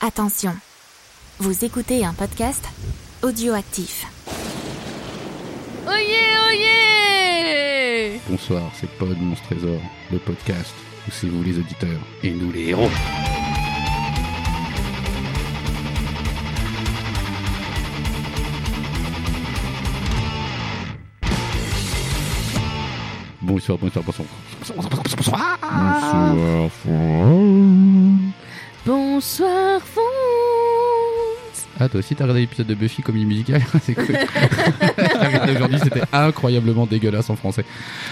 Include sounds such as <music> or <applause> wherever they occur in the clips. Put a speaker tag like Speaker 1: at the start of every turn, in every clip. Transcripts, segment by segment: Speaker 1: Attention, vous écoutez un podcast audioactif.
Speaker 2: Oyez, oyez
Speaker 3: Bonsoir, c'est Pod Monstre Trésor, le podcast où c'est vous les auditeurs et nous les
Speaker 4: <laughs>
Speaker 3: héros. Bonsoir, bonsoir, bonsoir.
Speaker 2: Bonsoir Bonsoir Fonz
Speaker 3: Ah, toi aussi t'as regardé l'épisode de Buffy comédie musicale <laughs> C'est cool. Aujourd'hui c'était incroyablement dégueulasse en français.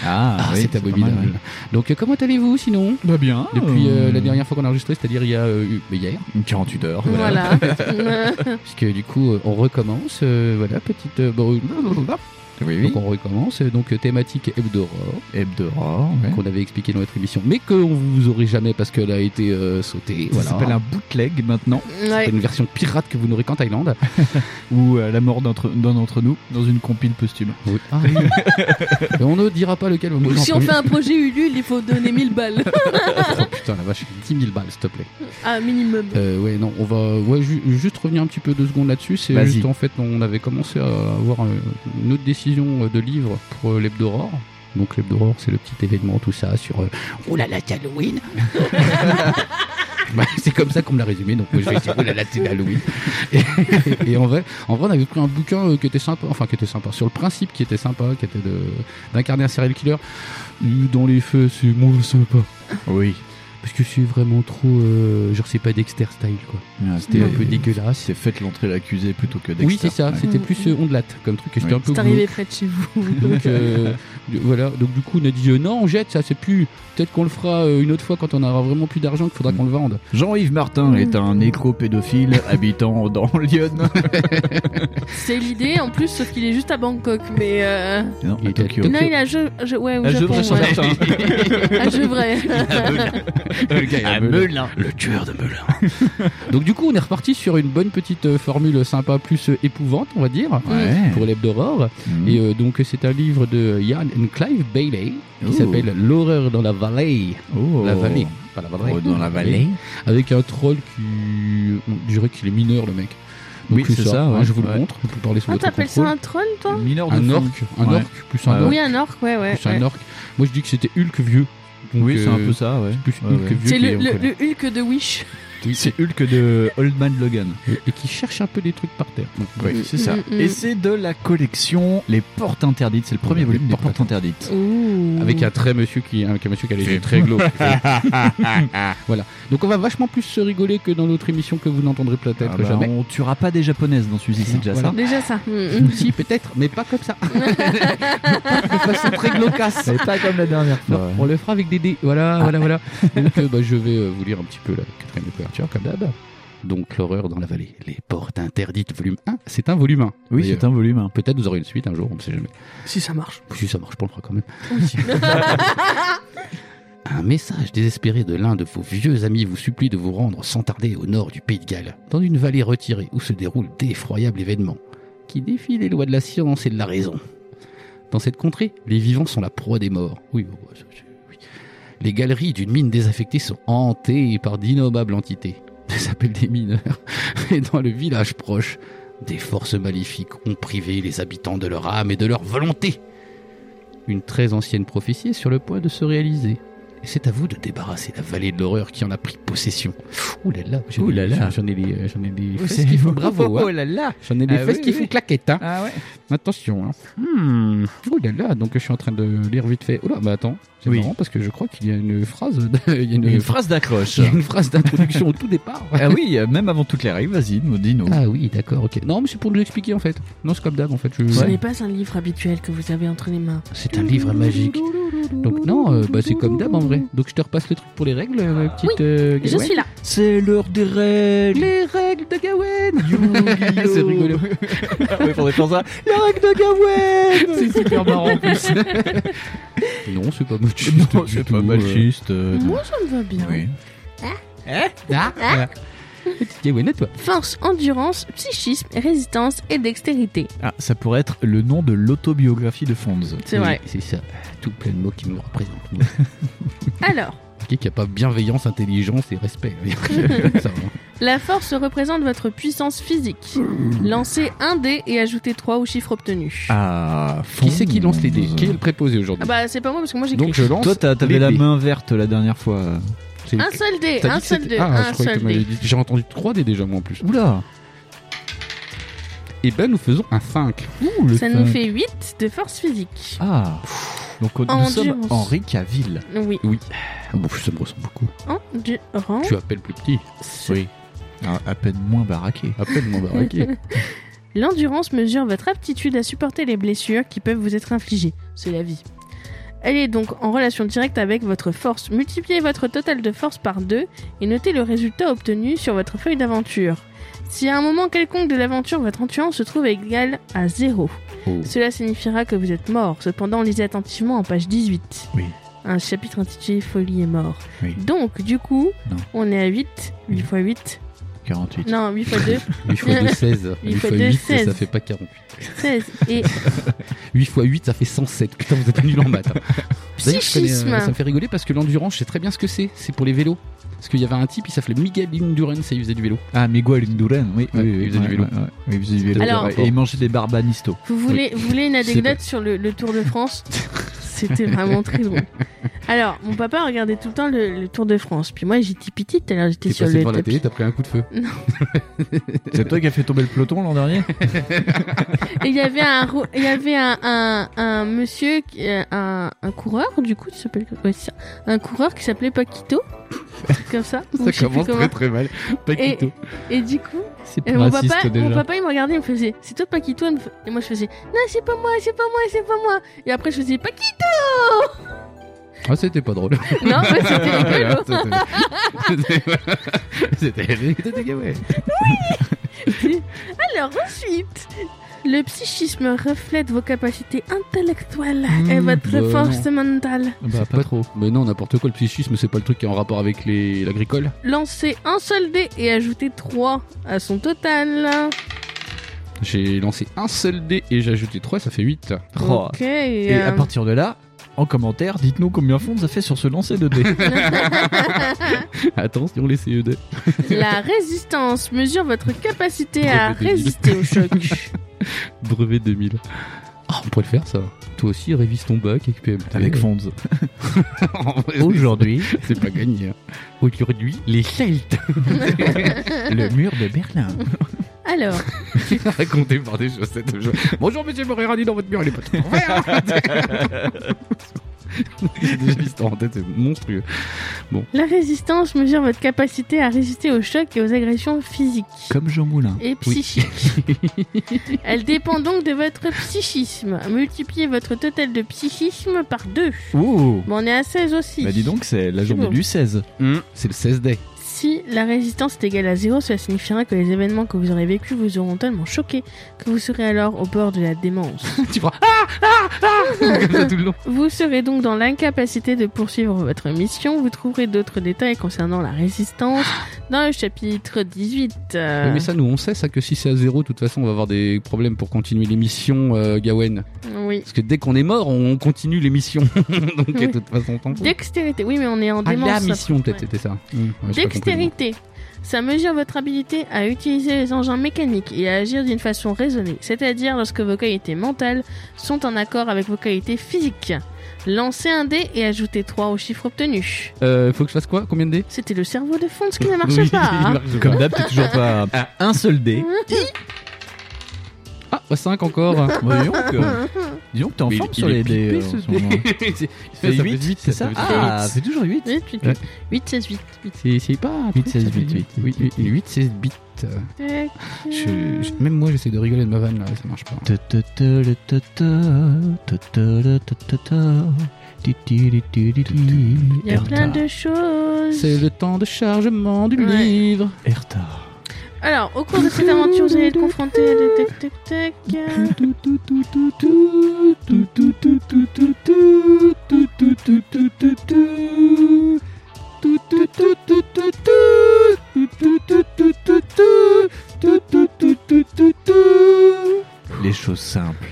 Speaker 4: Ah,
Speaker 3: Ah,
Speaker 4: oui,
Speaker 3: c'est
Speaker 4: pas
Speaker 3: abominable.
Speaker 4: mal, ouais.
Speaker 3: Donc euh, comment allez-vous sinon
Speaker 4: Bah bien.
Speaker 3: Depuis euh,
Speaker 4: euh,
Speaker 3: la dernière fois qu'on a enregistré, c'est-à-dire il y a euh, eu- mais hier,
Speaker 4: une 48 heures.
Speaker 2: Voilà.
Speaker 3: Parce que du coup, euh, on recommence. euh, voilà, petite. euh, bon, donc
Speaker 4: Oui, oui.
Speaker 3: on recommence. euh, Donc euh, thématique Hebdora,
Speaker 4: Hebdora.
Speaker 3: qu'on avait expliqué dans notre émission, mais que on vous aurait jamais parce qu'elle a été euh, sautée.
Speaker 4: Ça s'appelle
Speaker 3: Voilà.
Speaker 4: un bootleg maintenant,
Speaker 2: Ouais.
Speaker 3: Une version pirate que vous n'aurez qu'en
Speaker 4: <laughs>
Speaker 3: Thaïlande.
Speaker 4: ou euh, la mort d'entre- d'un d'entre nous dans une compile posthume.
Speaker 3: Oui. Ah, oui.
Speaker 4: <laughs>
Speaker 3: Et on ne dira pas lequel. vous
Speaker 2: Si on fait un projet Ulule, il faut donner 1000
Speaker 3: <laughs>
Speaker 2: balles.
Speaker 3: Oh, putain la vache, 10 000 balles, s'il te plaît.
Speaker 2: Ah, minimum.
Speaker 3: Euh, ouais, non, on va ouais, ju- juste revenir un petit peu deux secondes là-dessus. C'est
Speaker 4: Vas-y.
Speaker 3: juste en fait, on avait commencé à avoir euh, une autre décision euh, de livre pour euh, l'Hebdoror. Donc l'Hebdoror, c'est le petit événement, tout ça, sur euh, Oh là là, c'est Halloween Bah, C'est comme ça qu'on me l'a résumé, donc moi, je vais dire Oh là là, c'est Halloween et, et en, vrai, en vrai, on avait pris un bouquin euh, qui était sympa, enfin qui était sympa, sur le principe qui était sympa, qui était de- d'incarner un serial killer. Euh, Dans les feux, c'est moins sympa.
Speaker 4: Oui.
Speaker 3: Parce que c'est vraiment trop, euh, genre c'est pas Dexter style quoi. C'était un peu dégueulasse.
Speaker 4: C'est faites l'entrée l'accusé plutôt que Dexter.
Speaker 3: Oui, c'est ça.
Speaker 4: Ouais.
Speaker 3: C'était
Speaker 2: Mm.
Speaker 3: plus euh, ondelate comme truc. et C'était
Speaker 4: Oui.
Speaker 3: un peu
Speaker 2: C'est arrivé près de chez vous. <laughs>
Speaker 3: glauque. Donc euh, du- voilà. Donc du coup, on a dit euh, non, on jette ça. C'est plus. Peut-être qu'on le fera euh, une autre fois quand on aura vraiment plus d'argent. Qu'il faudra
Speaker 4: Mm.
Speaker 3: qu'on le vende.
Speaker 4: Jean-Yves Martin est
Speaker 3: Mmh. <laughs>
Speaker 4: un nécro-pédophile habitant dans Lyon.
Speaker 2: C'est l'idée en plus, sauf qu'il est juste à Bangkok. Mais. euh,
Speaker 4: Non,
Speaker 3: Il
Speaker 4: à
Speaker 3: était à
Speaker 4: Tokyo. Ah,
Speaker 3: Tokyo.
Speaker 2: Non, il est à Je... Je- Ouais,
Speaker 3: Ah,
Speaker 2: au
Speaker 4: À
Speaker 2: Japon.
Speaker 4: Gevrey,
Speaker 3: <laughs>
Speaker 2: ouais. Ah,
Speaker 4: sans certain.
Speaker 2: À Gevrey.
Speaker 3: Le
Speaker 4: Ah,
Speaker 3: gars est à Melun.
Speaker 4: Le tueur de Melun.
Speaker 3: Donc du coup, on est reparti sur une bonne petite euh, formule sympa, plus euh, épouvante, on va dire.
Speaker 4: Ouais.
Speaker 3: Pour l'hebdoror.
Speaker 4: Mm.
Speaker 3: Et euh, donc, c'est un livre de Yann and Clive Bailey
Speaker 4: Ouh.
Speaker 3: qui s'appelle L'horreur dans la vallée.
Speaker 4: Oh.
Speaker 3: La vallée. Pas la vallée.
Speaker 4: Oh, dans la vallée.
Speaker 3: avec un troll qui. On dirait qu'il est mineur, le mec. Donc,
Speaker 4: Oui, c'est ça,
Speaker 3: hein,
Speaker 4: ouais.
Speaker 3: je vous le
Speaker 4: Ouais.
Speaker 3: montre, on peut parler sous
Speaker 2: Ah,
Speaker 3: votre
Speaker 2: t'appelles ça
Speaker 3: contrôle. Euh,
Speaker 2: un troll, toi
Speaker 4: Mineur de
Speaker 3: Un
Speaker 4: fond.
Speaker 3: orc, un
Speaker 4: Ouais. Ah,
Speaker 3: orc, plus un
Speaker 4: Ouais.
Speaker 3: orc,
Speaker 2: Oui, un orc, ouais, ouais.
Speaker 3: plus un
Speaker 2: ouais.
Speaker 3: orc. Moi je dis que c'était Hulk vieux. Donc,
Speaker 4: Oui, c'est
Speaker 3: euh,
Speaker 4: un peu ça, ouais.
Speaker 3: Plus
Speaker 4: Ouais,
Speaker 3: Hulk
Speaker 4: ouais.
Speaker 3: vieux.
Speaker 2: C'est
Speaker 3: qui
Speaker 2: le,
Speaker 3: est-
Speaker 2: le- le Hulk de Wish.
Speaker 4: C'est Hulk de Old Man Logan.
Speaker 3: Et qui cherche un peu des trucs par terre. Donc, ouais.
Speaker 4: Oui, c'est ça.
Speaker 2: Mm, mm.
Speaker 4: Et c'est de la collection Les Portes Interdites. C'est le premier
Speaker 3: Les
Speaker 4: volume des
Speaker 3: Portes
Speaker 4: Portes Interdites.
Speaker 3: Avec un très monsieur qui, un, un monsieur qui a les yeux très glauques. <laughs> voilà. Donc on va vachement plus se rigoler que dans l'autre émission que vous n'entendrez peut-être
Speaker 4: Ah bah,
Speaker 3: jamais.
Speaker 4: on tuera pas des japonaises dans celui-ci, c'est déjà
Speaker 3: Voilà.
Speaker 4: ça.
Speaker 2: Déjà ça.
Speaker 3: <laughs>
Speaker 2: Mm, mm.
Speaker 3: Si peut-être, mais pas comme
Speaker 2: <laughs>
Speaker 3: ça. de façon très glaucasse.
Speaker 4: C'est pas comme la dernière
Speaker 3: Non,
Speaker 4: fois.
Speaker 3: on le fera avec des dés. Voilà, voilà, <laughs> voilà. Donc, euh, bah, je vais euh, vous lire un petit peu la quatrième de couverture, comme d'hab. Donc, l'horreur dans la vallée. Les portes interdites, volume 1. C'est un euh, volume 1.
Speaker 4: Oui, c'est un volume. hein.
Speaker 3: Peut-être vous aurez une suite un jour, on ne sait jamais.
Speaker 2: Si ça marche.
Speaker 3: Si ça marche pas, on le fera quand même. <laughs> Un message désespéré de l'un de vos vieux amis vous supplie de vous rendre sans tarder au nord du Pays de Galles, dans une vallée retirée où se déroulent d'effroyables événements qui défient les lois de la science et de la raison. Dans cette contrée, les vivants sont la proie des morts. Oui, bon, bah, ça, c'est- oui. Les galeries d'une mine désaffectée sont hantées par d'innommables entités. Elles s'appellent des mineurs. <laughs> Et dans le village proche, des forces maléfiques ont privé les habitants de leur âme et de leur volonté. Une très ancienne prophétie est sur le point de se réaliser. Et c'est à vous de débarrasser la vallée de l'horreur qui en a pris possession. Ouh là là, j'en ai-
Speaker 4: Ouh là là.
Speaker 3: j'en ai des, euh, j'en ai des
Speaker 4: Oui,
Speaker 3: fesses qui font bravo. hein.
Speaker 4: Oh là là
Speaker 3: J'en ai des
Speaker 4: Ah
Speaker 3: fesses
Speaker 4: oui,
Speaker 3: qui
Speaker 4: oui.
Speaker 3: font claquette. Hein.
Speaker 4: Ah ouais
Speaker 3: Attention. Hein. Hmm. Ouh là là, donc je suis en train de lire vite fait. Oh là, bah attends, c'est
Speaker 4: Oui.
Speaker 3: marrant parce que je crois qu'il y a une phrase, de- <laughs> il y a une,
Speaker 4: Une phrase d'accroche.
Speaker 3: il y a une phrase d'introduction au tout départ.
Speaker 4: ah oui, euh, même avant toutes les règles, vas-y, nous- dis-nous.
Speaker 3: Ah oui, d'accord, ok. Non, mais c'est pour nous expliquer en fait. Non, c'est comme d'hab en fait. je-
Speaker 2: Ce
Speaker 3: Ouais.
Speaker 2: n'est pas un livre habituel que vous avez entre les mains.
Speaker 3: C'est un livre magique. Donc non, euh, bah c'est comme d'hab en vrai. Donc je te repasse le truc pour les règles, euh, petite.
Speaker 2: Oui,
Speaker 3: euh,
Speaker 2: Je
Speaker 3: Gawain.
Speaker 2: suis là.
Speaker 4: C'est l'heure des règles
Speaker 3: Les règles de <laughs> Gawain.
Speaker 4: Yu-Gi-Oh.
Speaker 3: C'est rigolo.
Speaker 4: Oui, faudrait faire ça. Les règles de
Speaker 3: <laughs>
Speaker 4: Gawain
Speaker 3: C'est super marrant en <laughs> plus. non, c'est pas machiste.
Speaker 4: Non,
Speaker 3: du
Speaker 4: c'est
Speaker 3: tout,
Speaker 4: pas
Speaker 3: euh.
Speaker 4: machiste. euh, non.
Speaker 2: Moi, ça me va bien.
Speaker 4: Oui.
Speaker 3: Ah, ah. Petite Gawain à toi.
Speaker 2: Force, endurance, psychisme, résistance et dextérité.
Speaker 4: Ah, ça pourrait être le nom de l'autobiographie de Fonz.
Speaker 2: C'est
Speaker 3: Oui,
Speaker 2: vrai.
Speaker 3: C'est ça, tout plein de mots qui nous représentent. nous.
Speaker 2: Alors,
Speaker 3: <laughs> Qui n'y a pas bienveillance, intelligence et respect. Ça va.
Speaker 2: La force représente votre puissance physique. Lancez un dé et ajoutez 3 au chiffre obtenu. Ah,
Speaker 5: Ah,
Speaker 3: Qui c'est qui lance les dés Qui est le préposé aujourd'hui
Speaker 2: bah c'est pas moi parce que moi j'ai
Speaker 3: Donc
Speaker 2: que-
Speaker 3: je lance.
Speaker 5: Toi, t'as- t'avais
Speaker 3: les
Speaker 5: la
Speaker 3: dés.
Speaker 5: main verte la dernière fois.
Speaker 3: C'est-
Speaker 2: un seul dé,
Speaker 3: T'as dit
Speaker 2: un
Speaker 3: que
Speaker 2: seul
Speaker 3: c'était-
Speaker 2: dé,
Speaker 3: Ah, je
Speaker 2: un
Speaker 3: croyais que
Speaker 2: seul
Speaker 3: tu m'avais
Speaker 2: dé.
Speaker 3: dit- J'ai entendu 3 dés déjà, moi, en plus.
Speaker 5: Oula
Speaker 3: Et ben, nous faisons un 5.
Speaker 5: Ouh, le
Speaker 2: Ah, Ça nous
Speaker 5: fun.
Speaker 2: fait 8 de force physique.
Speaker 5: Ah Donc
Speaker 2: Oh
Speaker 5: on- nous sommes
Speaker 2: Endurance.
Speaker 5: en Ricaville.
Speaker 2: Oui,
Speaker 3: Ah bon, ça me ressemble beaucoup.
Speaker 2: endurance.
Speaker 3: Tu appelles plus petit.
Speaker 5: Oui. Alors, à peine moins baraqué.
Speaker 3: Appelle mon baraquet.
Speaker 2: <laughs> L'endurance mesure votre aptitude à supporter les blessures qui peuvent vous être infligées. C'est la vie. Elle est donc en relation directe avec votre force. Multipliez votre total de force par 2 et notez le résultat obtenu sur votre feuille d'aventure. Si à un moment quelconque de l'aventure votre endurance se trouve égale à 0,
Speaker 3: Oh.
Speaker 2: cela signifiera que vous êtes mort. Cependant, lisez attentivement en page 18.
Speaker 5: Oui.
Speaker 2: Un chapitre intitulé Folie et mort.
Speaker 5: Oui.
Speaker 2: Donc, du coup,
Speaker 5: Non.
Speaker 2: on est à 8. 8
Speaker 5: Oui.
Speaker 2: x 8.
Speaker 5: 48.
Speaker 2: Non, 8 x 2,
Speaker 3: 8 x 2, 16.
Speaker 2: Il
Speaker 3: 8
Speaker 2: faut
Speaker 3: x
Speaker 2: deux,
Speaker 3: 8, ça
Speaker 2: 16.
Speaker 3: fait pas 48.
Speaker 2: 16. Et
Speaker 3: 8 x 8, ça fait 107. Putain, vous êtes nul en
Speaker 2: <laughs>
Speaker 3: maths. hein. D'ailleurs, je connais, euh,
Speaker 2: psychisme.
Speaker 3: ça me fait rigoler parce que l'endurance, je sais très bien ce que c'est. C'est pour les vélos. Parce qu'il y avait un type, il s'appelait Miguel Indurance et il faisait du vélo.
Speaker 5: Ah, Miguel Indurain, oui.
Speaker 3: Ouais, il faisait du vélo.
Speaker 5: ouais, ouais. Oui, il faisait du vélo.
Speaker 2: Alors-
Speaker 5: et il mangeait des barbanisto.
Speaker 2: Vous voulez, vous voulez une anecdote sur le, le Tour de France C'était vraiment très drôle. Alors, mon papa regardait tout le temps le, le Tour de France. Puis moi, j'étais petite, alors j'étais
Speaker 3: T'es
Speaker 2: sur
Speaker 3: passé
Speaker 2: le
Speaker 3: devant la télé,
Speaker 2: tapis.
Speaker 3: t'as pris un coup de feu.
Speaker 5: C'est toi qui as fait tomber le peloton l'an dernier
Speaker 2: Et il y avait un, rou- il y avait un, un, un monsieur, qui- euh, un, un coureur, du coup, il s'appelle ouais, c'est ça. un coureur qui s'appelait Paquito,
Speaker 3: <laughs>
Speaker 2: comme ça. ou je sais plus comment.
Speaker 3: très mal.
Speaker 2: Et, et du coup,
Speaker 5: C'est
Speaker 2: Et
Speaker 5: pas
Speaker 2: mon
Speaker 5: raciste
Speaker 2: papa,
Speaker 5: déjà.
Speaker 2: mon papa, il me regardait, il me faisait C'est toi Paquito Elle me fa- Et moi je faisais Non, c'est pas moi, c'est pas moi, c'est pas moi Et après je faisais Paquito <laughs>
Speaker 3: Ah, c'était pas drôle.
Speaker 2: Non, mais
Speaker 3: <laughs>
Speaker 2: c'était rigolo
Speaker 3: Ah, C'était C'était ouais.
Speaker 2: Alors ensuite, le psychisme reflète vos capacités intellectuelles et
Speaker 5: Hmm,
Speaker 3: Mmh,
Speaker 2: votre
Speaker 3: bah
Speaker 2: force mentale.
Speaker 5: Bah, pas trop.
Speaker 3: Mais non, n'importe quoi, le psychisme, c'est pas le truc qui est en rapport avec les- l'agricole.
Speaker 2: Lancez un seul dé et ajoutez 3 à son total.
Speaker 3: J'ai lancé un seul dé et j'ai ajouté 3, ça fait 8.
Speaker 5: <laughs> Oh.
Speaker 2: Ok.
Speaker 5: Et à
Speaker 2: euh,
Speaker 5: partir de là, en commentaire, dites-nous combien fond ça fait sur ce lancer de <laughs> dés.
Speaker 3: <laughs> Attention, les E CE2.
Speaker 2: la résistance mesure votre capacité
Speaker 3: Brevet
Speaker 2: à
Speaker 3: de vie.
Speaker 2: résister
Speaker 5: <laughs>
Speaker 2: au choc.
Speaker 3: Brevet 2000. Ah, on pourrait le faire ça. Toi aussi, révise ton bac avec PMT. <laughs>
Speaker 5: Avec
Speaker 3: fond.
Speaker 5: Fonds. <laughs> Aujourd'hui,
Speaker 3: <laughs> C'est pas gagné. hein. Oh, Aujourd'hui, les <laughs> Celtes.
Speaker 2: <laughs>
Speaker 5: le mur de Berlin.
Speaker 2: Alors,
Speaker 3: Raconté par des chaussettes. Je- Bonjour, monsieur Morerani, dans votre mur, elle est pas trop hein. <laughs> J'ai déjà l'histoire en tête, c'est monstrueux.
Speaker 2: la résistance mesure votre capacité à résister au choc et aux agressions physiques.
Speaker 5: Comme Jean Moulin.
Speaker 2: et psychique.
Speaker 5: <laughs>
Speaker 2: Elle dépend donc de votre psychisme. Multipliez votre total de psychisme par 2.
Speaker 5: Oh
Speaker 2: Bon, on est à 16 aussi.
Speaker 5: Bah dis donc, c'est la
Speaker 2: C'est
Speaker 5: journée
Speaker 2: bon.
Speaker 5: du 16.
Speaker 2: Hmm.
Speaker 3: C'est le 16
Speaker 2: <laughs>
Speaker 3: day.
Speaker 2: Si la résistance est égale à 0, cela signifiera que les événements que vous aurez vécus vous auront tellement choqué que vous serez alors au bord de la démence.
Speaker 3: tu feras Ah Ah Ah Comme ça tout le long.
Speaker 2: Vous serez donc dans l'incapacité de poursuivre votre mission. Vous trouverez d'autres détails concernant la résistance dans le chapitre 18. euh,
Speaker 3: Oui, mais ça, nous, on sait ça que si c'est à zéro, de toute façon, on va avoir des problèmes pour continuer l'émission, euh, Gawen.
Speaker 2: oui.
Speaker 3: Parce que dès qu'on est mort, on continue l'émission. <laughs> Donc,
Speaker 2: Oui.
Speaker 3: de toute façon, tant pis.
Speaker 2: Dextérité. Oui, mais on est en
Speaker 3: Ah,
Speaker 2: démence.
Speaker 3: la
Speaker 2: après.
Speaker 3: mission, peut-être,
Speaker 2: Ouais.
Speaker 3: c'était ça. Mmh, ouais, j'ai pas compris, moi.
Speaker 2: Dextérité. Ça mesure votre habilité à utiliser les engins mécaniques et à agir d'une façon raisonnée, c'est-à-dire lorsque vos qualités mentales sont en accord avec vos qualités physiques. Lancez un dé et ajoutez 3 au chiffre obtenu.
Speaker 3: Euh, faut que je fasse quoi Combien de dés
Speaker 2: C'était le cerveau de Fonz qui ne marche
Speaker 3: Oui, <laughs>
Speaker 2: pas.
Speaker 3: il
Speaker 2: hein.
Speaker 3: marche
Speaker 5: Comme
Speaker 3: pas.
Speaker 5: d'hab, t'es toujours <laughs> pas à un seul
Speaker 2: <laughs>
Speaker 5: dé.
Speaker 3: Ah, 5 encore.
Speaker 5: Bah, dis donc, euh, dis donc, t'es en
Speaker 3: Mais
Speaker 5: forme
Speaker 3: il-
Speaker 5: sur
Speaker 3: il
Speaker 5: les
Speaker 3: est
Speaker 5: dés.
Speaker 3: pipé,
Speaker 5: euh,
Speaker 3: ce
Speaker 5: en ce
Speaker 3: <laughs>
Speaker 5: moment.
Speaker 3: dé.
Speaker 5: C'est
Speaker 3: Ça fait
Speaker 5: 8,
Speaker 3: huit,
Speaker 5: c'est ça
Speaker 3: fait
Speaker 5: Ah,
Speaker 3: huit.
Speaker 5: c'est toujours 8
Speaker 2: 8, 8,
Speaker 3: Ouais.
Speaker 2: 8, 16, 8.
Speaker 3: C'est- C'est pas.
Speaker 5: 8, 16, 8, 8.
Speaker 3: Oui, 8, 16 bits.
Speaker 2: Tac.
Speaker 3: Je- je- Même moi, j'essaie de rigoler de ma vanne là, ça marche pas.
Speaker 2: Il y a plein de choses.
Speaker 3: C'est le temps de chargement du
Speaker 2: Ouais.
Speaker 3: livre.
Speaker 5: Erta.
Speaker 2: Alors, au cours de cette aventure, vous allez être confronté à des tac tac tac. euh,
Speaker 5: Les choses
Speaker 4: <laughs>
Speaker 5: simples.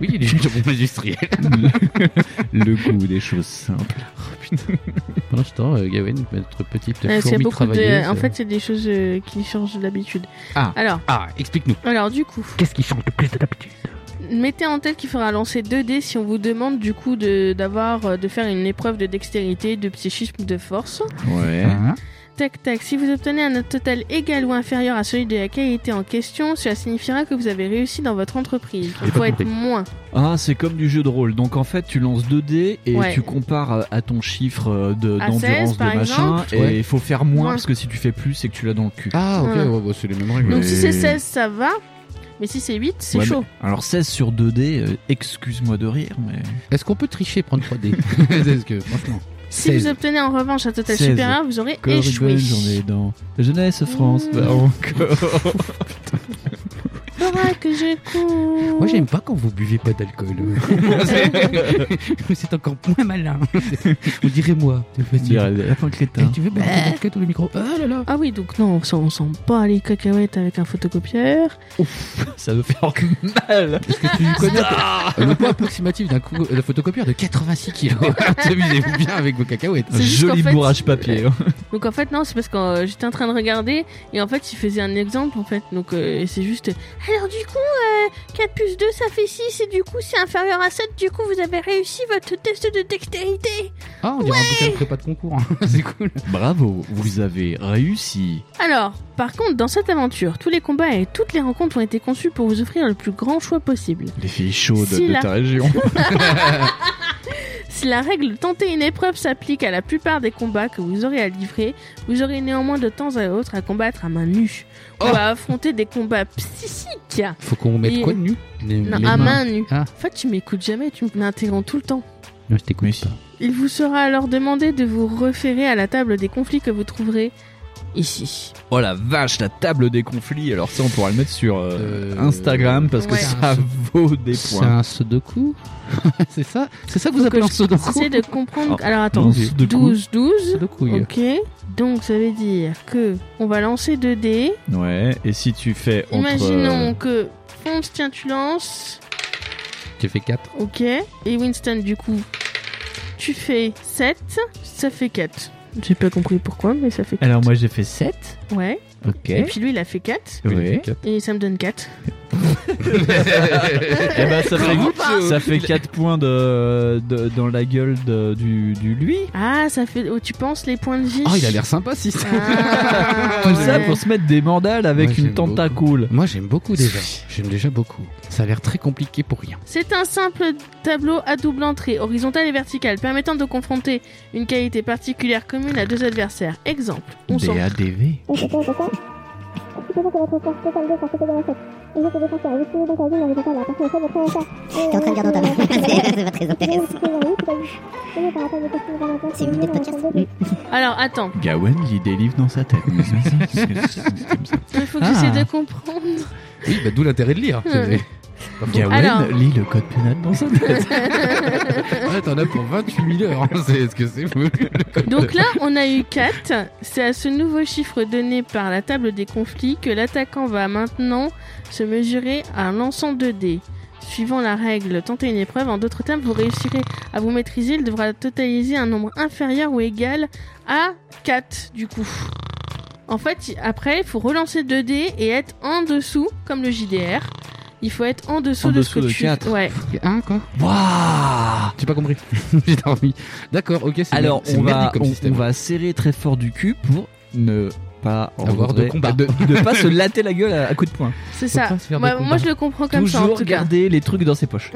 Speaker 3: Oui, <laughs> il est jambon industriel.
Speaker 5: Le goût des choses simples.
Speaker 3: Pour l'instant, euh, Gawain, notre petite
Speaker 2: Euh, c'est
Speaker 3: fourmi
Speaker 2: beaucoup de...
Speaker 3: travailleuse,
Speaker 2: En
Speaker 3: euh,
Speaker 2: fait, c'est des choses euh, qui changent d'habitude.
Speaker 3: Ah.
Speaker 2: Alors,
Speaker 3: Ah, explique-nous.
Speaker 2: alors du coup,
Speaker 3: Qu'est-ce qui change de plus de d'habitude
Speaker 2: mettez en tête qu'il faudra lancer 2 dés si on vous demande du coup de d'avoir euh, de faire une épreuve de dextérité, de psychisme, de force.
Speaker 4: Ouais.
Speaker 3: Hein
Speaker 2: Tac tac, si vous obtenez un note total égal ou inférieur à celui de la qualité en question, cela signifiera que vous avez réussi dans votre entreprise. Il
Speaker 3: J'ai
Speaker 2: faut
Speaker 3: pas
Speaker 2: être
Speaker 3: compris.
Speaker 2: moins.
Speaker 4: Ah, c'est comme du jeu de rôle. Donc en fait, tu lances 2 dés et
Speaker 2: Ouais.
Speaker 4: tu compares euh, à ton chiffre euh, de-
Speaker 2: À 16,
Speaker 4: d'endurance de
Speaker 2: par
Speaker 4: machin.
Speaker 3: exemple.
Speaker 4: Et il
Speaker 3: Ouais.
Speaker 4: faut faire moins
Speaker 2: Moins.
Speaker 4: parce que si tu fais plus, c'est que tu l'as dans le cul.
Speaker 3: Ah, ok,
Speaker 2: Voilà.
Speaker 3: ouais, ouais, c'est les mêmes règles. Euh,
Speaker 2: Donc
Speaker 4: Mais-
Speaker 2: si c'est 16, ça va. Mais si c'est 8, c'est
Speaker 4: Ouais,
Speaker 2: chaud.
Speaker 4: mais- alors 16 sur 2 dés, euh, excuse-moi de rire, mais.
Speaker 3: Est-ce qu'on peut tricher, prendre <laughs> 3D Parce que, franchement.
Speaker 2: Si
Speaker 3: 16.
Speaker 2: vous obtenez en revanche un total
Speaker 4: 16.
Speaker 2: supérieur, vous aurez
Speaker 4: Encore une
Speaker 2: échoué.
Speaker 4: bonne journée dans Jeunesse France.
Speaker 2: Mmh.
Speaker 4: Bah, encore.
Speaker 2: Faudra que je cours.
Speaker 3: Moi, j'aime pas quand vous buvez pas d'alcool. <laughs> c'est encore moins malin. On dirait moi. de
Speaker 4: Je
Speaker 3: facile.
Speaker 4: dirais, euh, un
Speaker 3: Eh,
Speaker 4: crétin.
Speaker 3: tu veux bah, vodka tout le micro Ah là là
Speaker 2: Ah oui, donc non, on s'en on s'en bat les cacahuètes avec un photocopieur.
Speaker 4: <laughs> Ça me fait encore mal.
Speaker 3: Est-ce que tu connais euh, le poids approximatif d'un coup, la photocopieur de 86 kilos <laughs> Amusez-vous bien avec vos cacahuètes.
Speaker 2: C'est juste
Speaker 4: Joli
Speaker 2: qu'en fait-
Speaker 4: bourrage papier. hein.
Speaker 2: Donc en fait, non, c'est parce que euh, j'étais en train de regarder et en fait, il faisait un exemple en fait. Donc euh, c'est juste. Alors du coup, euh, 4 plus 2, ça fait 6 et du coup, c'est inférieur à 7. Du coup, vous avez réussi votre test de dextérité.
Speaker 3: Ah, on dirait un bouquin de prépa de concours. hein. <laughs> c'est cool.
Speaker 4: <laughs> Bravo, vous avez réussi.
Speaker 2: Alors, par contre, dans cette aventure, tous les combats et toutes les rencontres ont été conçus pour vous offrir le plus grand choix possible.
Speaker 4: Les filles chaudes
Speaker 2: Si,
Speaker 4: de
Speaker 2: là.
Speaker 4: ta région.
Speaker 2: Si la règle tenter une épreuve s'applique à la plupart des combats que vous aurez à livrer, vous aurez néanmoins de temps à autre à combattre à main nue ou
Speaker 3: Oh
Speaker 2: à affronter des combats psychiques.
Speaker 3: Faut qu'on mette
Speaker 2: Il-
Speaker 3: quoi de nu Les-
Speaker 2: Non,
Speaker 3: les mains.
Speaker 2: à main nue.
Speaker 3: Ah.
Speaker 4: Hein
Speaker 2: En fait, tu m'écoutes jamais, tu m'interromps tout le temps.
Speaker 3: Non, je t'écoute
Speaker 4: Mais si.
Speaker 3: pas.
Speaker 2: Il vous sera alors demandé de vous référer à la table des conflits que vous trouverez ici.
Speaker 4: <laughs> Oh la vache, la table des conflits. Alors ça, on pourra le mettre sur euh,
Speaker 3: Euh,
Speaker 4: Instagram parce que
Speaker 2: ouais.
Speaker 4: ça vaut des
Speaker 3: C'est
Speaker 4: points.
Speaker 3: un Sudoku <laughs> C'est ça C'est ça que vous
Speaker 2: Faut que
Speaker 3: appelez un
Speaker 2: je-
Speaker 3: Sudoku
Speaker 2: J'essaie de comprendre. Alors attends,
Speaker 4: non, Ah, de coup.
Speaker 2: 12, 12.
Speaker 3: Sudoku, oui.
Speaker 2: Ok, donc ça veut dire que on va lancer 2 dés.
Speaker 4: Ouais. Et si tu fais entre. euh,
Speaker 2: Imaginons que Ponce, tiens, tu lances.
Speaker 3: J'ai fait 4.
Speaker 2: Ok. Et Winston, du coup, tu fais 7, ça fait 4. J'ai pas compris pourquoi, mais ça fait 4.
Speaker 4: Alors moi j'ai fait 7.
Speaker 2: Ouais.
Speaker 4: Ok.
Speaker 2: Et puis lui, il a fait 4.
Speaker 4: Ouais.
Speaker 2: Et ça me donne 4.
Speaker 4: Eh ben ça fait,
Speaker 2: Vraiment pas.
Speaker 4: ça fait 4 points de, de- dans la gueule de- du, du lui.
Speaker 2: Ah, ça fait. oh, tu penses les points de vie
Speaker 3: Oh, il a l'air sympa, si
Speaker 2: Ah,
Speaker 4: Tout ça
Speaker 2: ouais.
Speaker 4: pour se mettre des mandales avec
Speaker 3: Moi,
Speaker 4: une
Speaker 3: j'aime beaucoup.
Speaker 4: tentacule.
Speaker 3: Moi, j'aime beaucoup déjà. J'aime déjà beaucoup. Ça a l'air très compliqué pour rien.
Speaker 2: C'est un simple tableau à double entrée, horizontal et vertical, permettant de confronter une qualité particulière commune à deux adversaires. Exemple, on s'en
Speaker 4: DADV.
Speaker 6: T'es
Speaker 7: T'es en train de dire dans ta main. C'est c'est pas très intéressant.
Speaker 6: C'est une idée de podcast.
Speaker 2: Alors attends,
Speaker 4: Gawen lit des livres dans sa tête.
Speaker 2: il faut que
Speaker 4: Ah.
Speaker 2: j'essaie de comprendre.
Speaker 3: Oui, bah, d'où l'intérêt de lire.
Speaker 2: Ouais.
Speaker 4: Gawen
Speaker 2: Alors.
Speaker 4: lit le code pénal dans sa tête.
Speaker 3: Ouais, Ah, t'en as pour 28 000 heures. <laughs> C'est ce que c'est.
Speaker 2: Donc là, on a eu 4. C'est à ce nouveau chiffre donné par la table des conflits que l'attaquant va maintenant se mesurer à l'ensemble de dés. Suivant la règle tenter une épreuve, en d'autres termes, vous réussirez à vous maîtriser, il devra totaliser un nombre inférieur ou égal à 4 du coup. En fait, i- après, il faut relancer 2 dés et être en dessous, comme le JDR. Il faut être en dessous
Speaker 4: En
Speaker 2: de ce
Speaker 4: dessous
Speaker 2: que
Speaker 4: de
Speaker 2: tu...
Speaker 4: quatre.
Speaker 2: Ouais.
Speaker 3: Hein, quoi J'ai
Speaker 4: Waouh
Speaker 3: Ah, pas compris. <laughs> J'ai dormi. D'accord, ok. c'est
Speaker 4: Alors
Speaker 3: mer- c'est
Speaker 4: on va,
Speaker 3: merdique comme
Speaker 4: on,
Speaker 3: système.
Speaker 4: on va serrer très fort du cul pour ne pas
Speaker 3: Avoir
Speaker 4: rentrer-
Speaker 3: de combat.
Speaker 4: de, de
Speaker 3: <laughs>
Speaker 4: pas se latter la gueule à, à coups de poing.
Speaker 2: C'est
Speaker 3: Faut
Speaker 2: ça.
Speaker 3: pas se faire de
Speaker 2: Moi,
Speaker 3: combat.
Speaker 2: moi, je le comprends comme ça, en
Speaker 4: Toujours
Speaker 2: tout cas.
Speaker 4: garder les trucs dans ses poches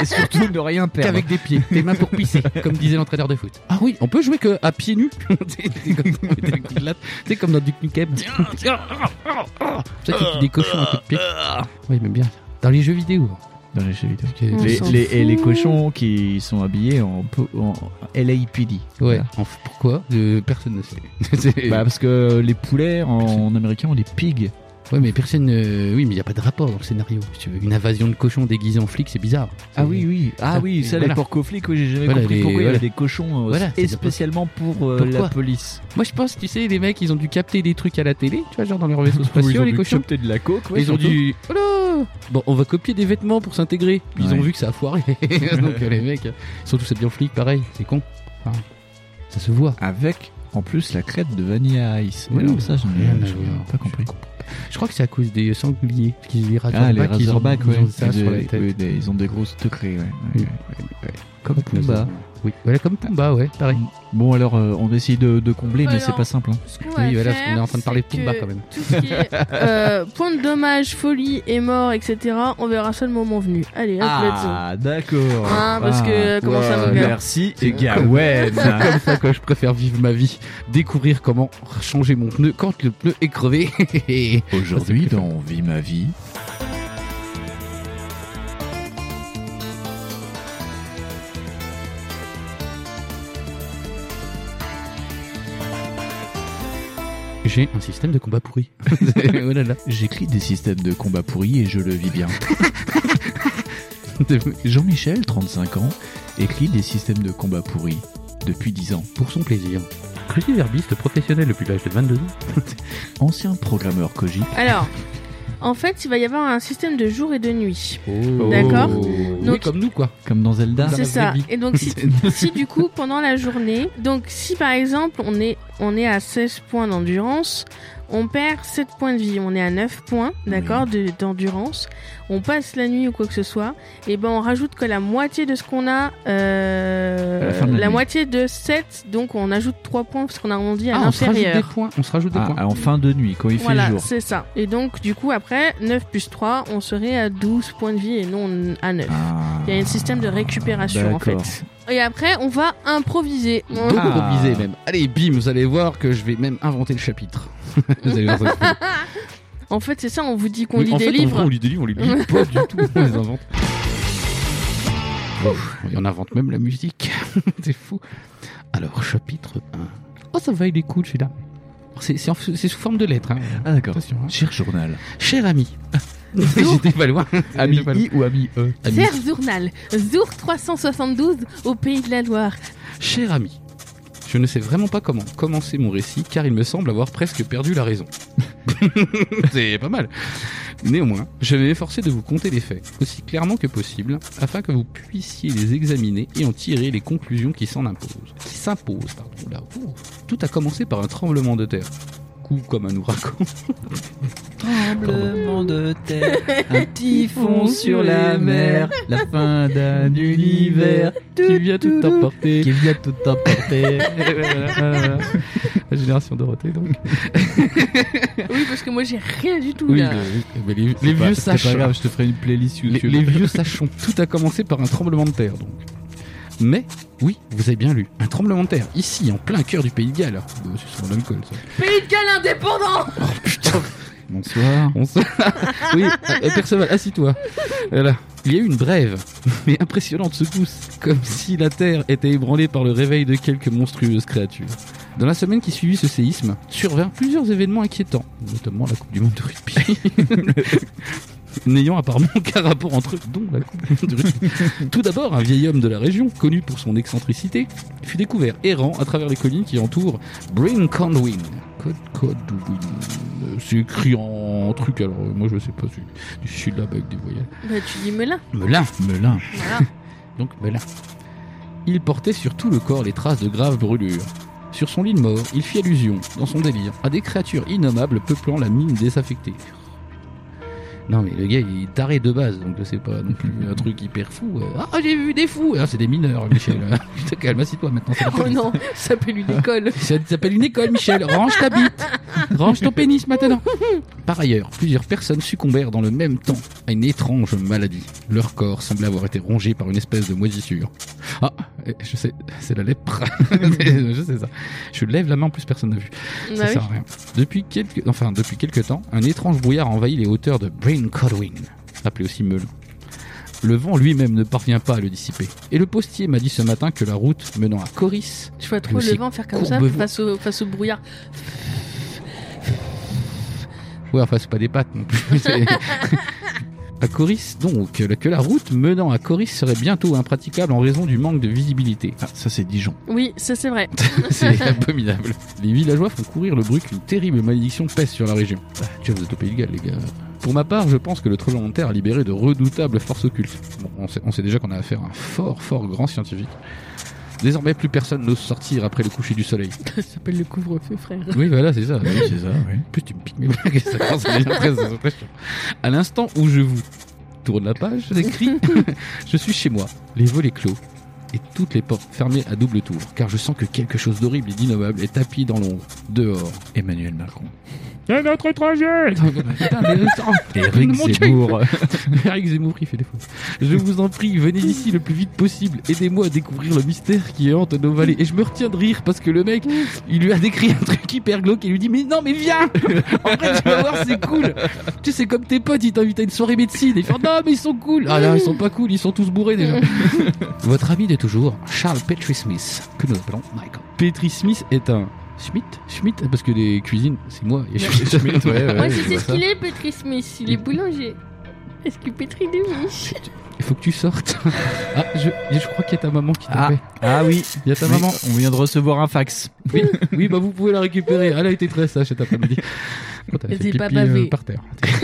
Speaker 4: et surtout ne rien perdre.
Speaker 3: Qu'avec des pieds, tes mains pour pisser, comme disait l'entraîneur de foot. Ah oui, on peut jouer que à pieds nus. <laughs> T'es- t'es comme- t'es comme de latte. T'es comme dans du knickkeb. Tiens, tiens, Euh. ah, ah, ah. C'est <laughs> ça qui tue des cochons à coups de pied. Oui, mais bien. Dans les jeux vidéo. hein.
Speaker 4: Dans les jeux vidéo.
Speaker 3: Ok.
Speaker 2: On
Speaker 4: Les,
Speaker 2: s'en
Speaker 4: les- et les
Speaker 2: fout.
Speaker 4: cochons qui sont habillés en, po- en LAPD.
Speaker 3: Ouais. Enfin, pourquoi Euh, Personne ne sait. <laughs> C'est-
Speaker 4: Bah parce que les poulets en, en américain on les pigs.
Speaker 3: Ouais, mais personne. euh, Oui, mais il n'y a pas de rapport dans le scénario. Si tu veux, une invasion de cochons déguisés en flic, c'est bizarre. C'est-
Speaker 4: oui. Ah oui,
Speaker 3: Ah,
Speaker 4: ça
Speaker 3: voilà.
Speaker 4: les porcs aux flics, oui, j'ai jamais
Speaker 3: Voilà,
Speaker 4: compris
Speaker 3: les-
Speaker 4: pourquoi il y
Speaker 3: voilà.
Speaker 4: avait des cochons euh,
Speaker 3: Voilà, c'est
Speaker 4: et
Speaker 3: des
Speaker 4: spécialement pour euh,
Speaker 3: Pourquoi
Speaker 4: la police.
Speaker 3: Moi, je pense, tu sais, les mecs, ils ont dû capter des trucs à la télé, tu vois, genre dans leur vaisseau spatial, les cochons.
Speaker 4: de la coke.
Speaker 3: ils ont dû. Oh là Bon, on va copier des vêtements pour s'intégrer. Ils <laughs>
Speaker 4: Ouais.
Speaker 3: euh, ont vu que ça a foiré. Donc, les mecs, ils sont tous habillés en flic, pareil, c'est con. Ça se voit.
Speaker 5: Avec en plus la crête de Vanilla Ice.
Speaker 3: Oui,
Speaker 5: alors ça, je
Speaker 3: rien à
Speaker 5: n'ai
Speaker 3: voir.
Speaker 5: pas compris.
Speaker 3: Je Je crois que c'est à cause des sangliers, parce qu'ils les
Speaker 5: Ah, les
Speaker 3: razorbacks, ils ont,
Speaker 5: Razorbacks,
Speaker 3: ils ont
Speaker 5: ouais.
Speaker 3: ça
Speaker 5: Des-
Speaker 3: sur la tête.
Speaker 5: oui, des- ils ont des grosses teucrées, ouais. ouais,
Speaker 3: Mm.
Speaker 5: ouais. Comme Pumba.
Speaker 3: Oui, voilà, comme Pumba, ouais, pareil.
Speaker 5: Bon, alors, euh, on essaye de, de combler, mais
Speaker 2: Alors,
Speaker 5: c'est pas simple. hein.
Speaker 2: Ce qu'on va
Speaker 3: Oui, voilà,
Speaker 2: faire,
Speaker 3: on est en train de parler de
Speaker 2: c'est
Speaker 3: Pumba
Speaker 2: que
Speaker 3: quand même.
Speaker 2: Tout ce
Speaker 3: <laughs>
Speaker 2: qui est euh, point de dommage, folie et mort, etc., on verra ça le moment venu. Allez, hop,
Speaker 3: Ah.
Speaker 2: let's go.
Speaker 5: Ah, d'accord. Ah,
Speaker 2: Hein, parce que euh, comment ça
Speaker 3: ouais,
Speaker 2: me gare
Speaker 5: Merci,
Speaker 3: C'est C'est comme ça que je préfère vivre ma vie. Découvrir comment changer mon pneu quand le pneu est crevé.
Speaker 5: Aujourd'hui, dans On vit ma vie.
Speaker 3: <laughs> J'ai un système de combat pourri. <laughs> oh là là.
Speaker 5: J'écris des systèmes de combat pourris et je le vis bien. <laughs> Jean-Michel, 35 ans, écrit des systèmes de combat pourris depuis 10 ans.
Speaker 3: Pour son plaisir. Je suis verbiste professionnel depuis l'âge de 22 ans.
Speaker 5: Ancien programmeur Koji.
Speaker 2: Alors, en fait, il va y avoir un système de jour et de nuit.
Speaker 5: D'accord.
Speaker 3: Oh. Oui,
Speaker 2: Donc-
Speaker 3: comme nous, quoi.
Speaker 5: Comme dans Zelda.
Speaker 3: Dans la
Speaker 2: C'est ça.
Speaker 3: vraie vie.
Speaker 2: Et
Speaker 3: <laughs>
Speaker 2: donc, si, si du coup, pendant la journée, donc si par exemple on est, on est à 16 points d'endurance, on perd 7 points de vie, on est à 9 points, d'accord, de- d'endurance, on passe la nuit ou quoi que ce soit, et ben on rajoute que la moitié de ce qu'on a,
Speaker 5: À
Speaker 2: euh,
Speaker 5: la fin de la
Speaker 2: la
Speaker 5: nuit.
Speaker 2: moitié de 7, donc on ajoute 3 points parce qu'on a arrondi <laughs> à
Speaker 3: Ah, on se rajoute des
Speaker 2: l'inférieur.
Speaker 3: points. On se rajoute des
Speaker 5: Ah,
Speaker 3: points.
Speaker 5: en fin de nuit, quand il
Speaker 2: Voilà,
Speaker 5: fait jour.
Speaker 2: c'est ça. Et donc, du coup, après, 9 plus 3, on serait à 12 points de vie et non à 9.
Speaker 5: Ah.
Speaker 2: Il y a un système de récupération en fait.
Speaker 5: D'accord.
Speaker 2: Et après, on va improviser. On-
Speaker 3: Donc,
Speaker 5: Ah.
Speaker 3: improvisé même. Allez, bim, vous allez voir que je vais même inventer le chapitre. vous allez voir ça. <laughs> se fait.
Speaker 2: En fait, c'est ça, on vous dit qu'on
Speaker 3: Oui,
Speaker 2: lit
Speaker 3: en
Speaker 2: des
Speaker 3: fait, en vrai,
Speaker 2: livres.
Speaker 3: on lit des livres, on les <laughs> lit pas du tout, on les invente. Ouf, et on invente même la musique. <laughs> c'est fou. Alors, chapitre 1. Oh, ça va, il est cool celui-là. C'est c'est en- c'est sous forme de lettres. hein.
Speaker 5: Ah, d'accord.
Speaker 3: Attention. hein.
Speaker 5: Cher journal.
Speaker 3: Cher <laughs> ami. J'étais pas loin.
Speaker 5: Ami
Speaker 3: J'étais pas loin.
Speaker 5: I ou ami E
Speaker 3: Ami.
Speaker 2: Cher journal, Zour 372 au pays de la Loire.
Speaker 3: Cher ami, je ne sais vraiment pas comment commencer mon récit car il me semble avoir presque perdu la raison. <laughs> C'est pas mal. Néanmoins, je vais m'efforcer de vous conter les faits aussi clairement que possible afin que vous puissiez les examiner et en tirer les conclusions qui s'en imposent. Qui s'imposent, pardon. Oula, ouh. Tout a commencé par un tremblement de terre. Coup comme un ouragan.
Speaker 5: Tremblement de terre, un
Speaker 2: typhon sur la mer,
Speaker 5: la fin d'un
Speaker 3: univers qui vient tout emporter.
Speaker 5: vient tout
Speaker 3: <laughs>
Speaker 5: emporter.
Speaker 3: La génération Dorothée, donc.
Speaker 2: Ah Oui, parce que moi, j'ai rien du tout
Speaker 3: Oui,
Speaker 2: là.
Speaker 3: mais les, les vieux sachent.
Speaker 5: C'est pas grave, je te ferai une playlist
Speaker 3: Les,
Speaker 5: YouTube.
Speaker 3: les vieux sachons, tout a commencé par un tremblement de terre, donc. Mais, oui, vous avez bien lu, un tremblement de terre, ici, en plein cœur du pays de Galles. Euh, C'est sur l'alcool, ça.
Speaker 2: Pays de Galles indépendant
Speaker 3: Oh putain
Speaker 5: Bonsoir.
Speaker 3: on se- <laughs> Oui, euh, Perceval, assis-toi. Voilà. Il y a eu une brève, mais impressionnante secousse, comme si la terre était ébranlée par le réveil de quelques monstrueuses créatures. Dans la semaine qui suivit ce séisme, survinrent plusieurs événements inquiétants, notamment la Coupe du Monde de <laughs> rugby. N'ayant apparemment aucun rapport entre eux, dont la Coupe du Monde de rugby. Tout d'abord, un vieil homme de la région, connu pour son excentricité, fut découvert errant à travers les collines qui entourent Brinconwin. Code Codwin. Euh, C'est écrit en truc, alors euh, moi je sais pas, c'est du sud là-bas avec des voyelles.
Speaker 2: Bah, tu dis Melun.
Speaker 3: Melun, Melun.
Speaker 2: Voilà.
Speaker 3: <laughs> Donc Melun. Il portait sur tout le corps les traces de graves brûlures. Sur son lit de mort, il fit allusion, dans son délire, à des créatures innommables peuplant la mine désaffectée. Non mais le gars il est taré de base, donc c'est pas non plus un truc hyper fou. euh, Ah j'ai vu des fous Ah c'est des mineurs
Speaker 2: <laughs>
Speaker 3: Michel Tu te calmes, assis-toi maintenant. c'est la
Speaker 2: Oh
Speaker 3: police.
Speaker 2: non, ça s'appelle une école.
Speaker 3: Ça s'appelle une école, Michel. Range ta bite. Range ton pénis maintenant. Par ailleurs, plusieurs personnes succombèrent dans le même temps à une étrange maladie. Leur corps semblait avoir été rongé par une espèce de moisissure. Ah, eh, je sais, c'est la lèpre. <laughs> C'est- je sais ça. Je lève la main, en plus personne n'a vu.
Speaker 2: Bah
Speaker 3: Ah, Ça sert à rien. Depuis quelques, enfin, depuis quelques temps, un étrange brouillard envahit les hauteurs de Brain Codwin, appelé aussi Meulon. Le vent lui-même ne parvient pas à le dissiper. Et le postier m'a dit ce matin que la route menant à Coris
Speaker 2: oui. Je vois
Speaker 3: Mais
Speaker 2: trop le
Speaker 3: c'est
Speaker 2: vent faire comme ça
Speaker 3: courbevent.
Speaker 2: face au, face au brouillard.
Speaker 3: Ouais, enfin, c'est pas des pattes non plus. C'est- à Coris, donc, le- que la route menant à Coris serait bientôt impraticable en raison du manque de visibilité.
Speaker 5: Ah, ça c'est Dijon.
Speaker 2: Oui, ça c'est vrai.
Speaker 3: C'est abominable. Les villageois font courir le bruit qu'une terrible malédiction pèse sur la région. Ah, Tiens, vous êtes au pays de Galles, les gars. Pour ma part, je pense que le tremblement de terre a libéré de redoutables forces occultes. Bon, on sait, on sait déjà qu'on a affaire à un fort, fort grand scientifique. Désormais, plus personne n'ose sortir après le coucher du soleil.
Speaker 2: <laughs> Ça s'appelle le couvre-feu, frère.
Speaker 3: Oui, voilà, <laughs> c'est ça.
Speaker 4: Oui, c'est ça, oui.
Speaker 3: En plus, tu me piques mes blagues, ça commence à devenir très impressionnant. À l'instant où je vous tourne la page,
Speaker 4: <laughs>
Speaker 3: j'écris Je suis chez moi, les volets clos et toutes les portes fermées à double tour, car je sens que quelque chose d'horrible et d'innommable est tapis dans l'ombre, dehors.
Speaker 4: Emmanuel Macron.
Speaker 3: C'est notre trajet <laughs> Putain, mais- oh,
Speaker 4: <laughs> Éric
Speaker 3: mon Dieu,
Speaker 4: Zemmour.
Speaker 3: <laughs> Eric Zemmour, il fait des fautes. Je vous en prie, venez d'ici le plus vite possible. Aidez-moi à découvrir le mystère qui hante nos vallées. Et je me retiens de rire parce que le mec, il lui a décrit un truc hyper glauque et il lui dit Mais non, mais viens <laughs> En vrai, tu vas voir, c'est cool Tu sais, c'est comme tes potes, ils t'invitent à une soirée médecine. Et ils font Non, mais ils sont cool Ah là, ils sont pas cool, ils sont tous bourrés <laughs> déjà. Votre ami de toujours, Charles Petrie Smith, que nous appelons Michael. Petrie Smith est un. Schmidt Schmidt Parce que les cuisines, c'est <laughs> moi. Et Schmidt, ouais, ouais,
Speaker 2: Moi, je
Speaker 3: je vois
Speaker 2: sais ce
Speaker 3: ça.
Speaker 2: qu'il est, Petri Smith. Il est boulanger. Est-ce que Petri de miche
Speaker 3: Il faut que tu sortes. Ah, je, je crois qu'il y a ta maman qui t'appelle.
Speaker 5: Ah oui,
Speaker 3: Il y a ta
Speaker 5: Oui,
Speaker 3: maman.
Speaker 5: on vient de recevoir un fax.
Speaker 3: Oui, oui, bah vous pouvez la récupérer. Elle a été très sage cet après-midi. Oh, t'as
Speaker 2: Elle
Speaker 3: fait
Speaker 2: s'est pas
Speaker 3: pipi,
Speaker 2: pavée.
Speaker 3: euh, par terre. <laughs>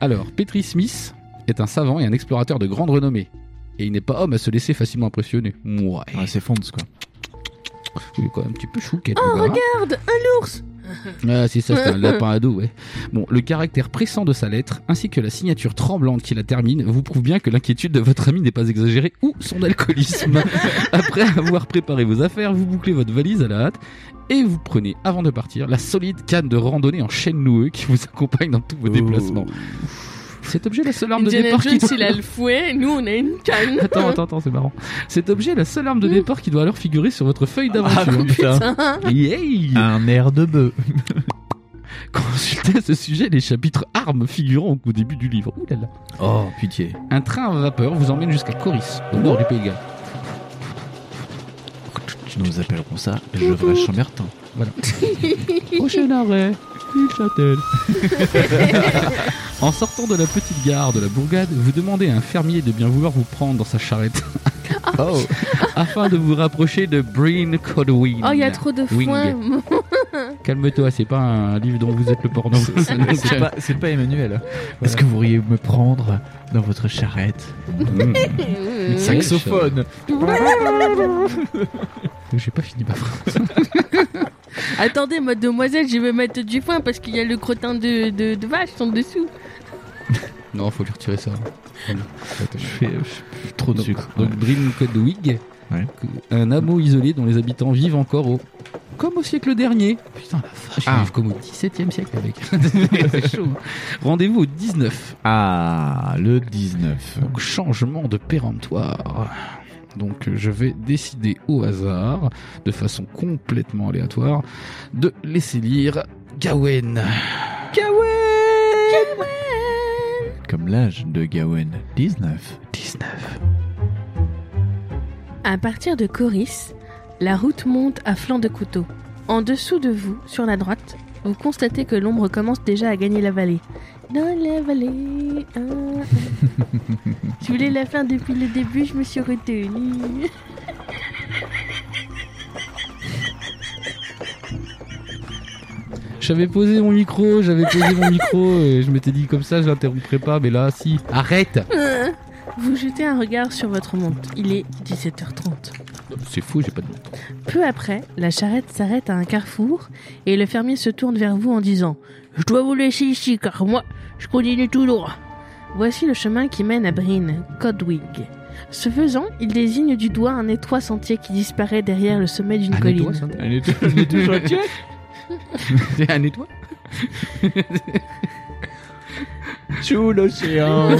Speaker 3: Alors, Petri Smith est un savant et un explorateur de grande renommée. Et il n'est pas homme à se laisser facilement impressionner. Mouais.
Speaker 4: Ouais, c'est Fonds, quoi.
Speaker 3: Il est quand même un petit peu chouquette.
Speaker 2: Oh,
Speaker 3: le gars, hein.
Speaker 2: regarde Un ours
Speaker 3: Ah, c'est ça, c'est un
Speaker 2: <laughs>
Speaker 3: lapin à dos, ouais. Bon, le caractère pressant de sa lettre, ainsi que la signature tremblante qui la termine, vous prouve bien que l'inquiétude de votre ami n'est pas exagérée ou son
Speaker 2: <laughs>
Speaker 3: alcoolisme. Après avoir préparé vos affaires, vous bouclez votre valise à la hâte et vous prenez, avant de partir, la solide canne de randonnée en chaîne noueux qui vous accompagne dans tous vos
Speaker 4: Oh.
Speaker 3: déplacements. Cet objet est la seule arme de
Speaker 2: Indiana
Speaker 3: départ qui
Speaker 2: Jones, il a le fouet. Nous, on a une
Speaker 3: <laughs>
Speaker 2: canne. <laughs>
Speaker 3: Attends, attends, attends, c'est marrant. Cet objet est la seule arme de
Speaker 2: Mmh.
Speaker 3: départ qui doit alors figurer sur votre feuille
Speaker 5: Ah
Speaker 3: d'aventure.
Speaker 5: putain.
Speaker 2: Putain.
Speaker 3: Yay
Speaker 5: Un air de bœuf.
Speaker 3: Consultez à ce sujet les chapitres armes figurant au début du livre. Ouh là là.
Speaker 4: Oh, pitié.
Speaker 3: Un train à vapeur vous emmène jusqu'à Coris, au nord du Pays de Galles.
Speaker 4: Nous appellerons ça le
Speaker 3: <laughs>
Speaker 4: vrai Chambertin.
Speaker 3: Prochain arrêt,
Speaker 4: <laughs>
Speaker 3: Neuchâtel. en sortant de la petite gare de la Bourgade, vous demandez à un fermier de bien vouloir vous prendre dans sa
Speaker 4: <laughs>
Speaker 3: charrette. Oh. Afin de vous rapprocher de Breen Codwin.
Speaker 2: Oh, il y a trop de
Speaker 3: Wing.
Speaker 2: foin.
Speaker 3: Calme-toi, c'est pas un livre dont vous êtes le porno. <laughs>
Speaker 4: C'est pas, c'est pas Emmanuel. Est-ce que vous pourriez me prendre dans votre charrette
Speaker 2: Mmh.
Speaker 5: Saxophone.
Speaker 3: J'ai pas fini ma phrase.
Speaker 2: Attendez, mademoiselle, je vais mettre du foin parce qu'il y a le crottin de, de, de vache en dessous.
Speaker 3: Non, faut lui retirer ça.
Speaker 4: Je fais je fais trop de
Speaker 3: Donc,
Speaker 4: sucre.
Speaker 3: donc Bryn Codwig,
Speaker 4: Ouais.
Speaker 3: un hameau isolé dont les habitants vivent encore au. Comme au siècle dernier. Putain, la vache,
Speaker 4: Ah.
Speaker 3: ils vivent comme au 17 e siècle, avec. <laughs> C'est chaud. hein. Rendez-vous au 19.
Speaker 4: Ah, le 19.
Speaker 3: Donc, changement de péremptoire. Donc, euh, je vais décider au hasard, de façon complètement aléatoire, de laisser lire Gawain.
Speaker 4: Comme l'âge de Gawain. 19.
Speaker 3: 19.
Speaker 2: À partir de Coris, la route monte à flanc de couteau. En dessous de vous, sur la droite, vous constatez que l'ombre commence déjà à gagner la vallée. Dans la vallée. ah, ah. je voulais la fin depuis le début, je me suis retenue.
Speaker 3: J'avais posé mon micro, j'avais posé mon micro, et je m'étais dit comme ça, je l'interromprai pas, mais là, si. Arrête
Speaker 2: Vous jetez un regard sur votre montre. Il est 17h30.
Speaker 3: C'est fou, j'ai pas de.
Speaker 2: Peu après, la charrette s'arrête à un carrefour et le fermier se tourne vers vous en disant Je dois vous laisser ici car moi, je continue tout droit. Voici le chemin qui mène à Bryn, Codwig. Ce faisant, il désigne du doigt un étroit sentier qui disparaît derrière le sommet d'une
Speaker 3: Un étoile,
Speaker 2: colline.
Speaker 3: ça
Speaker 5: Elle est
Speaker 3: <laughs>
Speaker 5: elle est toujours actuelle.
Speaker 3: C'est un étoile
Speaker 5: Sous l'océan.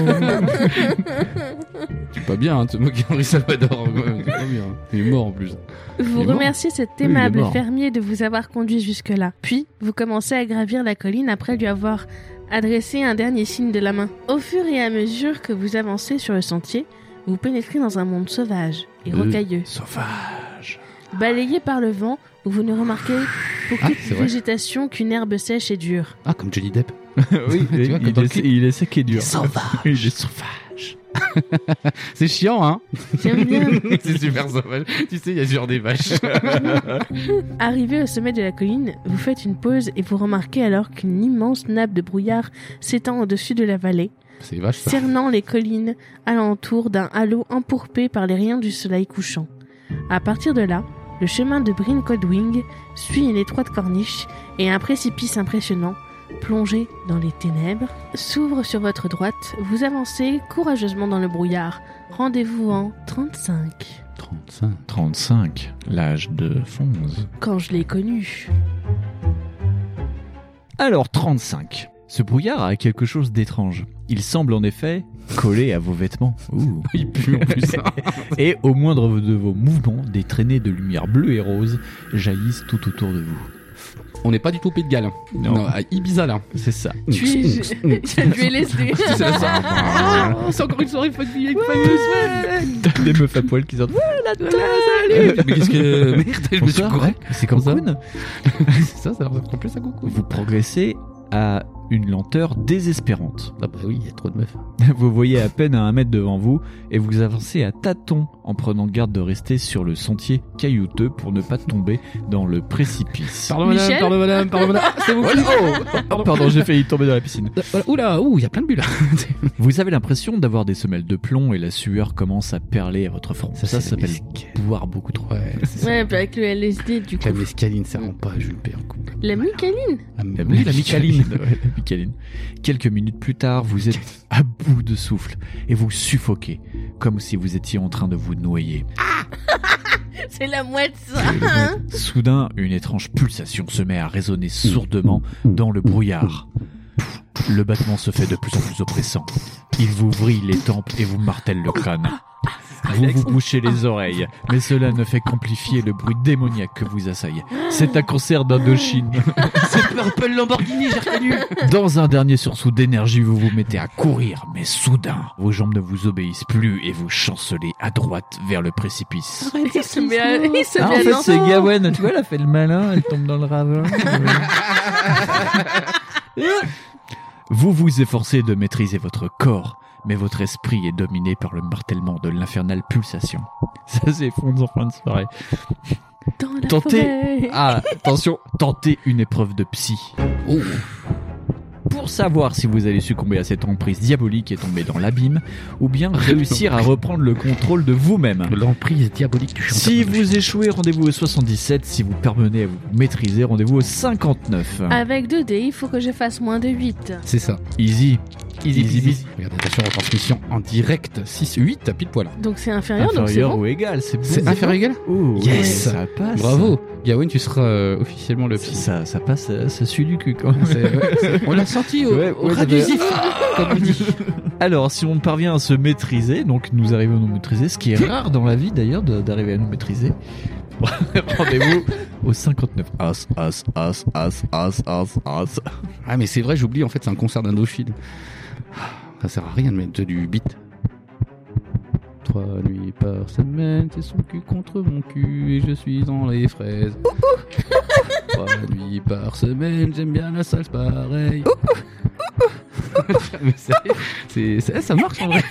Speaker 3: C'est pas bien, hein, de se moquer Henri Salvador. ouais, C'est pas bien. hein. Il est mort en plus.
Speaker 2: Vous
Speaker 3: Il est mort.
Speaker 2: remerciez cet
Speaker 3: il est
Speaker 2: aimable
Speaker 3: mort.
Speaker 2: fermier de vous avoir conduit jusque-là. Puis, vous commencez à gravir la colline après lui avoir adressé un dernier signe de la main. Au fur et à mesure que vous avancez sur le sentier, vous pénétrez dans un monde sauvage et
Speaker 3: Euh.
Speaker 2: rocailleux.
Speaker 4: Sauvage.
Speaker 2: Balayé par le vent, où vous ne remarquez pour
Speaker 3: Ah,
Speaker 2: toute
Speaker 3: c'est vrai.
Speaker 2: végétation qu'une herbe sèche et dure.
Speaker 3: Ah, comme Johnny <laughs> Depp.
Speaker 4: <laughs>
Speaker 5: oui,
Speaker 3: Tu vois, quand
Speaker 5: il,
Speaker 3: dans le
Speaker 5: est,
Speaker 3: clip-
Speaker 5: il est sec et dur.
Speaker 3: Sauvage.
Speaker 5: <laughs> Il est-
Speaker 3: Sauvage. C'est chiant, hein
Speaker 2: J'aime bien.
Speaker 3: <laughs> C'est super sauvage. Tu sais, il y a genre des vaches.
Speaker 2: Arrivé au sommet de la colline, vous faites une pause et vous remarquez alors qu'une immense nappe de brouillard s'étend au-dessus de la vallée,
Speaker 3: <laughs> C'est des vaches, ça.
Speaker 2: cernant les collines alentour d'un halo empourpé par les rayons du soleil couchant. À partir de là, le chemin de Bryn Codwing suit une étroite corniche et un précipice impressionnant, plongé dans les ténèbres, s'ouvre sur votre droite. Vous avancez courageusement dans le brouillard. Rendez-vous en 35.
Speaker 3: 35.
Speaker 4: 35, l'âge de Fonz.
Speaker 2: Quand je l'ai connu.
Speaker 4: Alors 35. Ce brouillard a quelque chose d'étrange. Il semble en effet collé à vos vêtements. Ouh.
Speaker 5: <laughs>
Speaker 3: Il pue en plus. hein.
Speaker 4: Et au moindre de vos mouvements, des traînées de lumière bleue et rose jaillissent tout autour de vous.
Speaker 3: <laughs> On n'est pas du tout au Pays de Galles. hein.
Speaker 4: Non.
Speaker 3: à Ibiza là.
Speaker 4: C'est ça. Ah, bah,
Speaker 2: Tu es. <laughs> Tu es lesté.
Speaker 3: <laughs> C'est
Speaker 5: Ah,
Speaker 3: ça.
Speaker 2: C'est encore une soirée familiale. fabuleuse.
Speaker 4: Des meufs à poil qui sortent.
Speaker 3: Euh, Mais qu'est-ce que. Merde, je me suis <laughs>
Speaker 4: Bonsoir.
Speaker 3: couru.
Speaker 4: C'est
Speaker 3: comme
Speaker 4: comme
Speaker 3: ça.
Speaker 4: ça.
Speaker 3: ça, ça leur ressemble plus à coucou.
Speaker 4: Vous progressez à une lenteur désespérante.
Speaker 3: Ah bah oui, il y a trop de meufs.
Speaker 4: Vous voyez à peine à un mètre devant vous et vous avancez à tâtons en prenant garde de rester sur le sentier caillouteux pour ne pas tomber dans le précipice.
Speaker 3: Pardon
Speaker 2: madame, Michel pardon,
Speaker 3: madame, pardon madame. Ah, C'est vous.
Speaker 4: Oh, pardon, j'ai failli tomber dans la piscine.
Speaker 3: Oula, ouh, il y a plein de bulles.
Speaker 4: <laughs> Vous avez l'impression d'avoir des semelles de plomb et la sueur commence à perler à votre front.
Speaker 3: Ça,
Speaker 4: Ça,
Speaker 3: c'est la
Speaker 4: s'appelle
Speaker 3: musique.
Speaker 4: boire beaucoup trop. <laughs>
Speaker 3: Ouais, c'est ça.
Speaker 2: Ouais, puis avec le LSD, du coup.
Speaker 3: La mescaline, ça rend pas, je le perds.
Speaker 2: La mucaline.
Speaker 3: Oui, la mescaline.
Speaker 4: Ouais, la micaline. Quelques minutes plus tard, vous êtes à bout de souffle et vous suffoquez comme si vous étiez en train de vous noyer.
Speaker 2: C'est la mouette, ça.
Speaker 3: <laughs>
Speaker 4: Soudain, une étrange pulsation se met à résonner sourdement dans le brouillard. Le battement se fait de plus en plus oppressant. Il vous vrille les tempes et vous martèle le crâne. Vous vous bouchez les oreilles, mais cela ne fait qu'amplifier le bruit démoniaque que vous assaille. C'est un concert d'Indochine.
Speaker 3: <laughs> C'est Purple Lamborghini, j'ai reconnu.
Speaker 4: Dans un dernier sursaut d'énergie, vous vous mettez à courir, mais soudain, vos jambes ne vous obéissent plus et vous chancelez à droite vers le précipice.
Speaker 2: Il se met à, il se
Speaker 4: Ah,
Speaker 2: met à danser.
Speaker 4: Gawen, tu vois, elle a fait le malin, elle tombe dans le ravin. vous vous efforcez de maîtriser votre corps, mais votre esprit est dominé par le martèlement de l'infernale pulsation. Ça s'effondre en fin de soirée.
Speaker 2: Dans la
Speaker 4: Tentez.
Speaker 2: forêt.
Speaker 4: Ah, attention, tentez une épreuve de psy.
Speaker 3: Oh,
Speaker 4: Pour savoir si vous allez succomber à cette emprise diabolique et tomber dans l'abîme, ou <laughs> bien réussir à reprendre le contrôle de vous-même.
Speaker 3: l'emprise diabolique du chanteur.
Speaker 4: Si vous échouez, rendez-vous au 77. Si vous parvenez à vous maîtriser, rendez-vous au 59.
Speaker 3: Ah.
Speaker 2: Avec 2D, il faut que je fasse moins de 8.
Speaker 3: C'est ça.
Speaker 4: Easy.
Speaker 3: Easy,
Speaker 4: Easy,
Speaker 3: easy. Regardez, attention, retransmission en direct. 6-8 à pile poil.
Speaker 2: Donc c'est inférieur, Ah, donc c'est
Speaker 4: Inférieur
Speaker 2: bon.
Speaker 4: ou égal, c'est bon.
Speaker 3: C'est Ah, inférieur égal
Speaker 4: Oh,
Speaker 3: Yes.
Speaker 4: ouais, Ça passe.
Speaker 3: Bravo. Gawain, tu seras euh, officiellement le psy.
Speaker 4: Ça, ça passe, euh, ça suit du cul quand même.
Speaker 3: C'est- ouais, c'est- Ah on l'a sorti au,
Speaker 4: Ouais,
Speaker 3: au
Speaker 4: ouais,
Speaker 3: radioactif, comme on dit.
Speaker 4: <laughs> Alors, si on parvient à se maîtriser, donc nous arrivons à nous maîtriser, ce qui est rare dans la vie d'ailleurs de- d'arriver à nous maîtriser. <laughs> Rendez-vous au 59. As, as, as, as, as, as, as.
Speaker 3: Ah, mais c'est vrai, j'oublie, en fait, c'est un concert d'Indochine. Ça sert à rien de mettre du beat. Trois nuits par semaine, c'est son cul contre mon cul et je suis dans les fraises. Trois nuits par semaine, j'aime bien la salse pareil. <laughs> mais c'est, c'est- c'est- ça marche en vrai.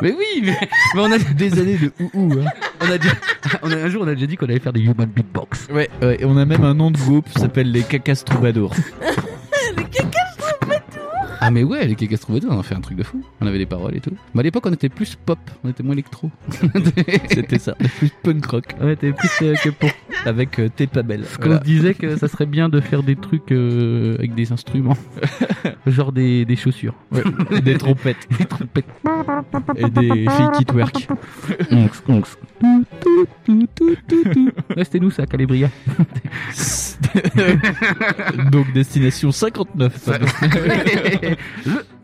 Speaker 3: mais oui, mais, mais on a des années de ouhou. hein. On a déjà- on a, un jour, on a déjà dit qu'on allait faire des human beatbox.
Speaker 4: Ouais, ouais, et on a même un nom de groupe, ça s'appelle les Cacas Troubadours.
Speaker 3: Ah mais ouais, les Kekas Troubadours, on en fait un truc de fou. On avait des paroles et tout. Mais à l'époque, on était plus pop, on était moins électro.
Speaker 4: C'était ça. Plus punk rock.
Speaker 5: Ouais, t'es plus euh, que
Speaker 3: <laughs>
Speaker 5: pour.
Speaker 4: Avec euh, T'es pas belle.
Speaker 5: Voilà.
Speaker 3: On se disait que ça serait bien de faire des trucs euh, avec des <laughs> instruments, genre des, des <laughs> chaussures.
Speaker 4: Ouais, des trompettes. Des trompettes. Et des filles qui twerk.
Speaker 3: Onx, onx. Tout, tout, tout, tout, tout, tout. Restez-nous ça, Calibria. <laughs>
Speaker 4: <laughs> Donc destination 59. pardon.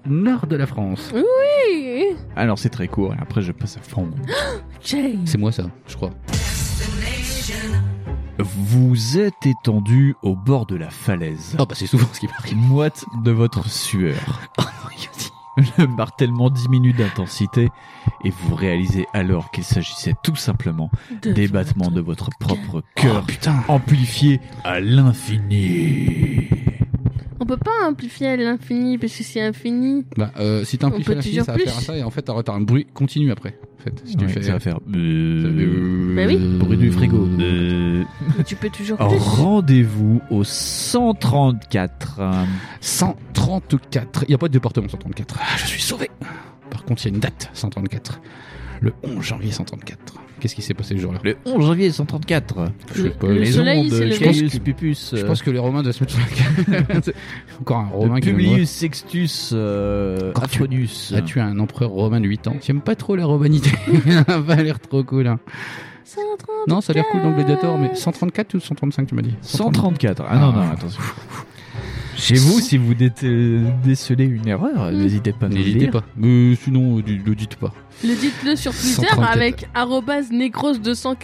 Speaker 3: Le nord de la France.
Speaker 2: Oui.
Speaker 4: Alors c'est très court et après je passe à fond.
Speaker 2: Jay.
Speaker 3: C'est moi ça, je crois.
Speaker 4: Vous êtes étendu au bord de la falaise,
Speaker 3: Oh bah c'est souvent ce qui m'arrive.
Speaker 4: moite de votre sueur. Le martèlement diminue d'intensité et vous réalisez alors qu'il s'agissait tout simplement des battements de votre propre
Speaker 3: Cœur,
Speaker 4: cœur
Speaker 3: putain.
Speaker 4: amplifiés à l'infini.
Speaker 2: On peut pas amplifier à l'infini parce que c'est infini.
Speaker 3: Bah euh, si
Speaker 2: On peut
Speaker 3: t'amplifies la fille,
Speaker 2: toujours
Speaker 3: ça va faire
Speaker 2: plus.
Speaker 3: ça et en fait t'auras t'auras un bruit continu après. En fait, si tu
Speaker 4: Ouais,
Speaker 3: fais...
Speaker 4: ça va faire... euh,
Speaker 2: Bah oui.
Speaker 4: Bruit du frigo. Euh,
Speaker 2: Mais tu peux toujours
Speaker 3: Oh.
Speaker 2: plus.
Speaker 4: Rendez-vous au 134.
Speaker 3: 134. Il n'y a pas de département 134. Ah, Je suis sauvé. Par contre, il y a une date, 134. Le 11 janvier 134. Qu'est-ce qui s'est passé ce jour-là
Speaker 4: Le 11 janvier 134.
Speaker 3: Je sais pas.
Speaker 2: Le
Speaker 4: les
Speaker 2: soleil
Speaker 4: ondes,
Speaker 2: s'est levé.
Speaker 3: je pense
Speaker 4: Gaius
Speaker 3: que-
Speaker 4: Pupus,
Speaker 3: Je
Speaker 4: euh,
Speaker 3: pense que le Romain doit se mettre sur la gueule. <laughs> C'est Encore un Romain
Speaker 4: de
Speaker 3: qui nous voit.
Speaker 4: Publius Sextus euh,
Speaker 3: Quand tu-
Speaker 4: Afronius.
Speaker 3: Ah, tu as un empereur romain de 8 ans. J'aime pas trop la romanité. <laughs> ça a pas l'air trop cool. hein. Non, ça a l'air cool dans Gladiator, mais 134 ou 135, tu m'as dit
Speaker 4: 134. Ah non, non, attention. Chez vous, si vous dé- décelez une erreur, Hmm. n'hésitez pas à nous le
Speaker 3: N'hésitez
Speaker 4: dire.
Speaker 3: pas. Mais sinon, euh, ne le dites pas.
Speaker 2: Le dites-le sur Twitter
Speaker 3: 134.
Speaker 2: avec arrobase @negros246.
Speaker 4: 245.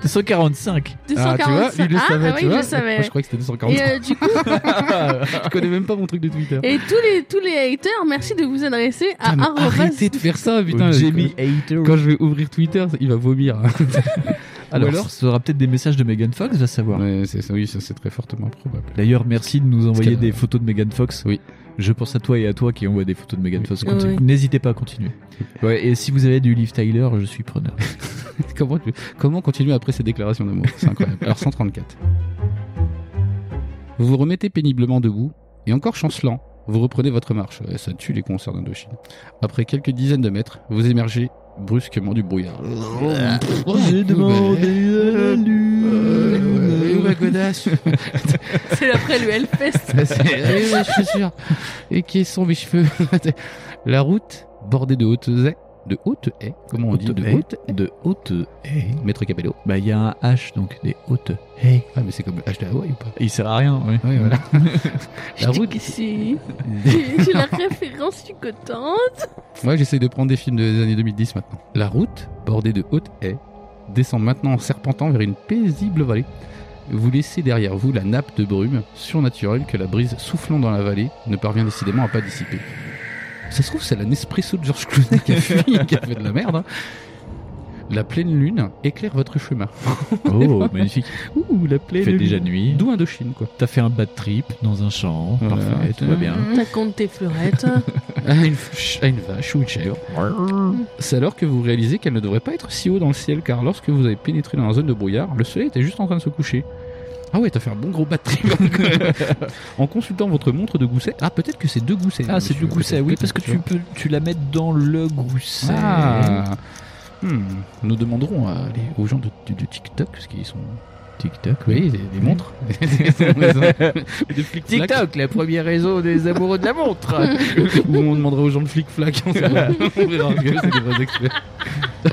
Speaker 2: 246.
Speaker 3: Ah, tu vois, il le
Speaker 2: Ah,
Speaker 3: savait,
Speaker 2: ah oui,
Speaker 3: tu
Speaker 2: je
Speaker 3: vois.
Speaker 2: le savais.
Speaker 3: Moi, je croyais que c'était 240.
Speaker 2: Et euh, du coup,
Speaker 3: Je connais même pas mon truc de Twitter.
Speaker 2: et tous les tous les haters, merci de vous adresser
Speaker 3: Putain,
Speaker 2: à
Speaker 3: Ah, mais
Speaker 2: arrobase-
Speaker 3: arrêtez de faire ça, putain.
Speaker 4: Au Jamie Hater.
Speaker 3: Quand je vais ouvrir Twitter, il va vomir.
Speaker 4: Alors, ça aura peut-être des messages de Megan Fox, va
Speaker 3: <laughs>
Speaker 4: savoir.
Speaker 3: Ouais, c'est ça, oui, ça, c'est très fortement probable.
Speaker 4: D'ailleurs, merci de nous
Speaker 3: Parce
Speaker 4: envoyer
Speaker 3: qu'elle-
Speaker 4: des photos de Megan Fox.
Speaker 3: Oui.
Speaker 4: Je pense à toi et à toi qui envoie des photos de Megan
Speaker 3: Oui.
Speaker 4: Fox.
Speaker 2: Oui,
Speaker 4: Continue.
Speaker 2: oui.
Speaker 4: N'hésitez pas à continuer. Ouais, et si vous avez du Liv Tyler, je suis preneur.
Speaker 3: <laughs> Comment, tu- comment continuer après ces déclarations d'amour C'est incroyable. Alors 134. Vous vous remettez péniblement debout et encore chancelant, vous reprenez votre marche. Ouais, Ça tue les concerts d'Indochine. Après quelques dizaines de mètres, vous émergez brusquement du brouillard. Oh,
Speaker 4: J'ai demandé à la
Speaker 3: Euh,
Speaker 4: lune.
Speaker 3: ouais, godasse.
Speaker 2: C'est après le
Speaker 3: <laughs>
Speaker 2: Hellfest.
Speaker 3: Ça, c'est- Eh ouais, je suis sûr. Et qui sont mes cheveux <laughs> La route, bordée de hautes haies, de hautes haies, comment on dit
Speaker 4: Hautes
Speaker 3: De
Speaker 4: haies.
Speaker 3: hautes haies.
Speaker 4: De haute haie.
Speaker 3: Maître Capello.
Speaker 4: Bah, il y a un H, donc des hautes haies.
Speaker 3: Ah, mais c'est comme le H de Hawaï ou pas
Speaker 4: Il sert à rien,
Speaker 3: <laughs>
Speaker 4: oui.
Speaker 3: Oui, voilà. La route.
Speaker 2: J'ai <laughs> j'ai la référence du coton.
Speaker 3: Moi, j'essaye de prendre des films des années 2010 maintenant. La route, bordée de hautes haies, descend maintenant en serpentant vers une paisible vallée. Vous laissez derrière vous la nappe de brume surnaturelle que la brise soufflant dans la vallée ne parvient décidément à pas dissiper. Ça se trouve, c'est la Nespresso de Georges Clooney qui a fui, qui a fait de la merde. hein. La pleine lune éclaire votre chemin.
Speaker 4: Oh, magnifique.
Speaker 3: Ouh, la
Speaker 4: Il
Speaker 3: pleine
Speaker 4: fait déjà nuit.
Speaker 3: D'où Indochine, quoi.
Speaker 4: T'as fait un bad trip dans un champ.
Speaker 3: Voilà.
Speaker 4: Parfait, tout va bien.
Speaker 2: T'as compté tes fleurettes.
Speaker 3: hein. À Ah, une, ch- à une vache ou une chèvre. C'est alors que vous réalisez qu'elle ne devrait pas être si haut dans le ciel, car lorsque vous avez pénétré dans la zone de brouillard, le soleil était juste en train de se coucher. Ah ouais, t'as fait un bon gros batterie.
Speaker 4: <laughs>
Speaker 3: en consultant votre montre de gousset. Ah, peut-être que c'est deux goussets.
Speaker 4: Ah, c'est
Speaker 3: monsieur,
Speaker 4: du gousset,
Speaker 3: peut-être,
Speaker 4: oui,
Speaker 3: peut-être,
Speaker 4: parce que tu peux tu la mettre dans le gousset.
Speaker 3: Ah. Hmm, Nous demanderons à les- aux gens de, de- de TikTok, parce qu'ils sont.
Speaker 4: TikTok,
Speaker 3: Oui, des, des
Speaker 4: <laughs>
Speaker 3: montres. <laughs> de flic-flac.
Speaker 4: le premier réseau des amoureux de la montre.
Speaker 3: Ou on demandera aux gens de flic-flac. On
Speaker 4: <laughs>
Speaker 3: verra. On verra, parce que c'est des vrais experts.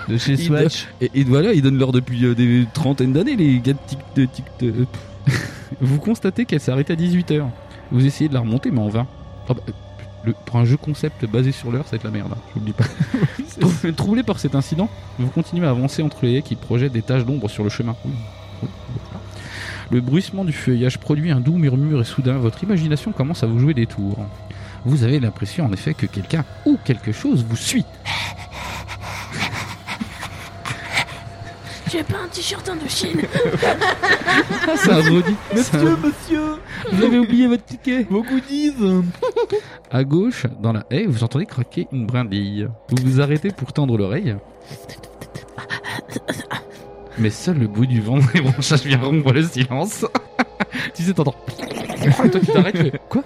Speaker 4: De chez
Speaker 3: Il doit-
Speaker 4: Swatch.
Speaker 3: Et, et voilà, ils donnent l'heure depuis euh, des trentaines d'années, les gars de tic de tic de- euh, pff. <laughs> Vous constatez qu'elle s'arrête à 18h. Vous essayez de la remonter, mais en vain. Ah bah, euh, le- pour un jeu concept basé sur l'heure, c'est de la merde, hein, je vous le dis pas. Trou- Troublé par cet incident, vous continuez à avancer entre les haies qui projettent des taches d'ombre sur le chemin. Oui. Oui. Le bruissement du feuillage produit un doux murmure et soudain, votre imagination commence à vous jouer des tours. Vous avez l'impression en effet que quelqu'un ou quelque chose vous suit.
Speaker 2: Tu as pas un t-shirt Indochine
Speaker 3: Ça redit. Ça-
Speaker 4: monsieur,
Speaker 3: Vous avez oublié votre ticket.
Speaker 4: vos goodies.
Speaker 3: À gauche, dans la haie, vous entendez craquer une brindille. Vous vous arrêtez pour tendre l'oreille. Mais seul le bruit du vent dans les branchages vient rompre le silence. <laughs> tu sais, t'entends. Toi qui t'arrêtes, tu fais, quoi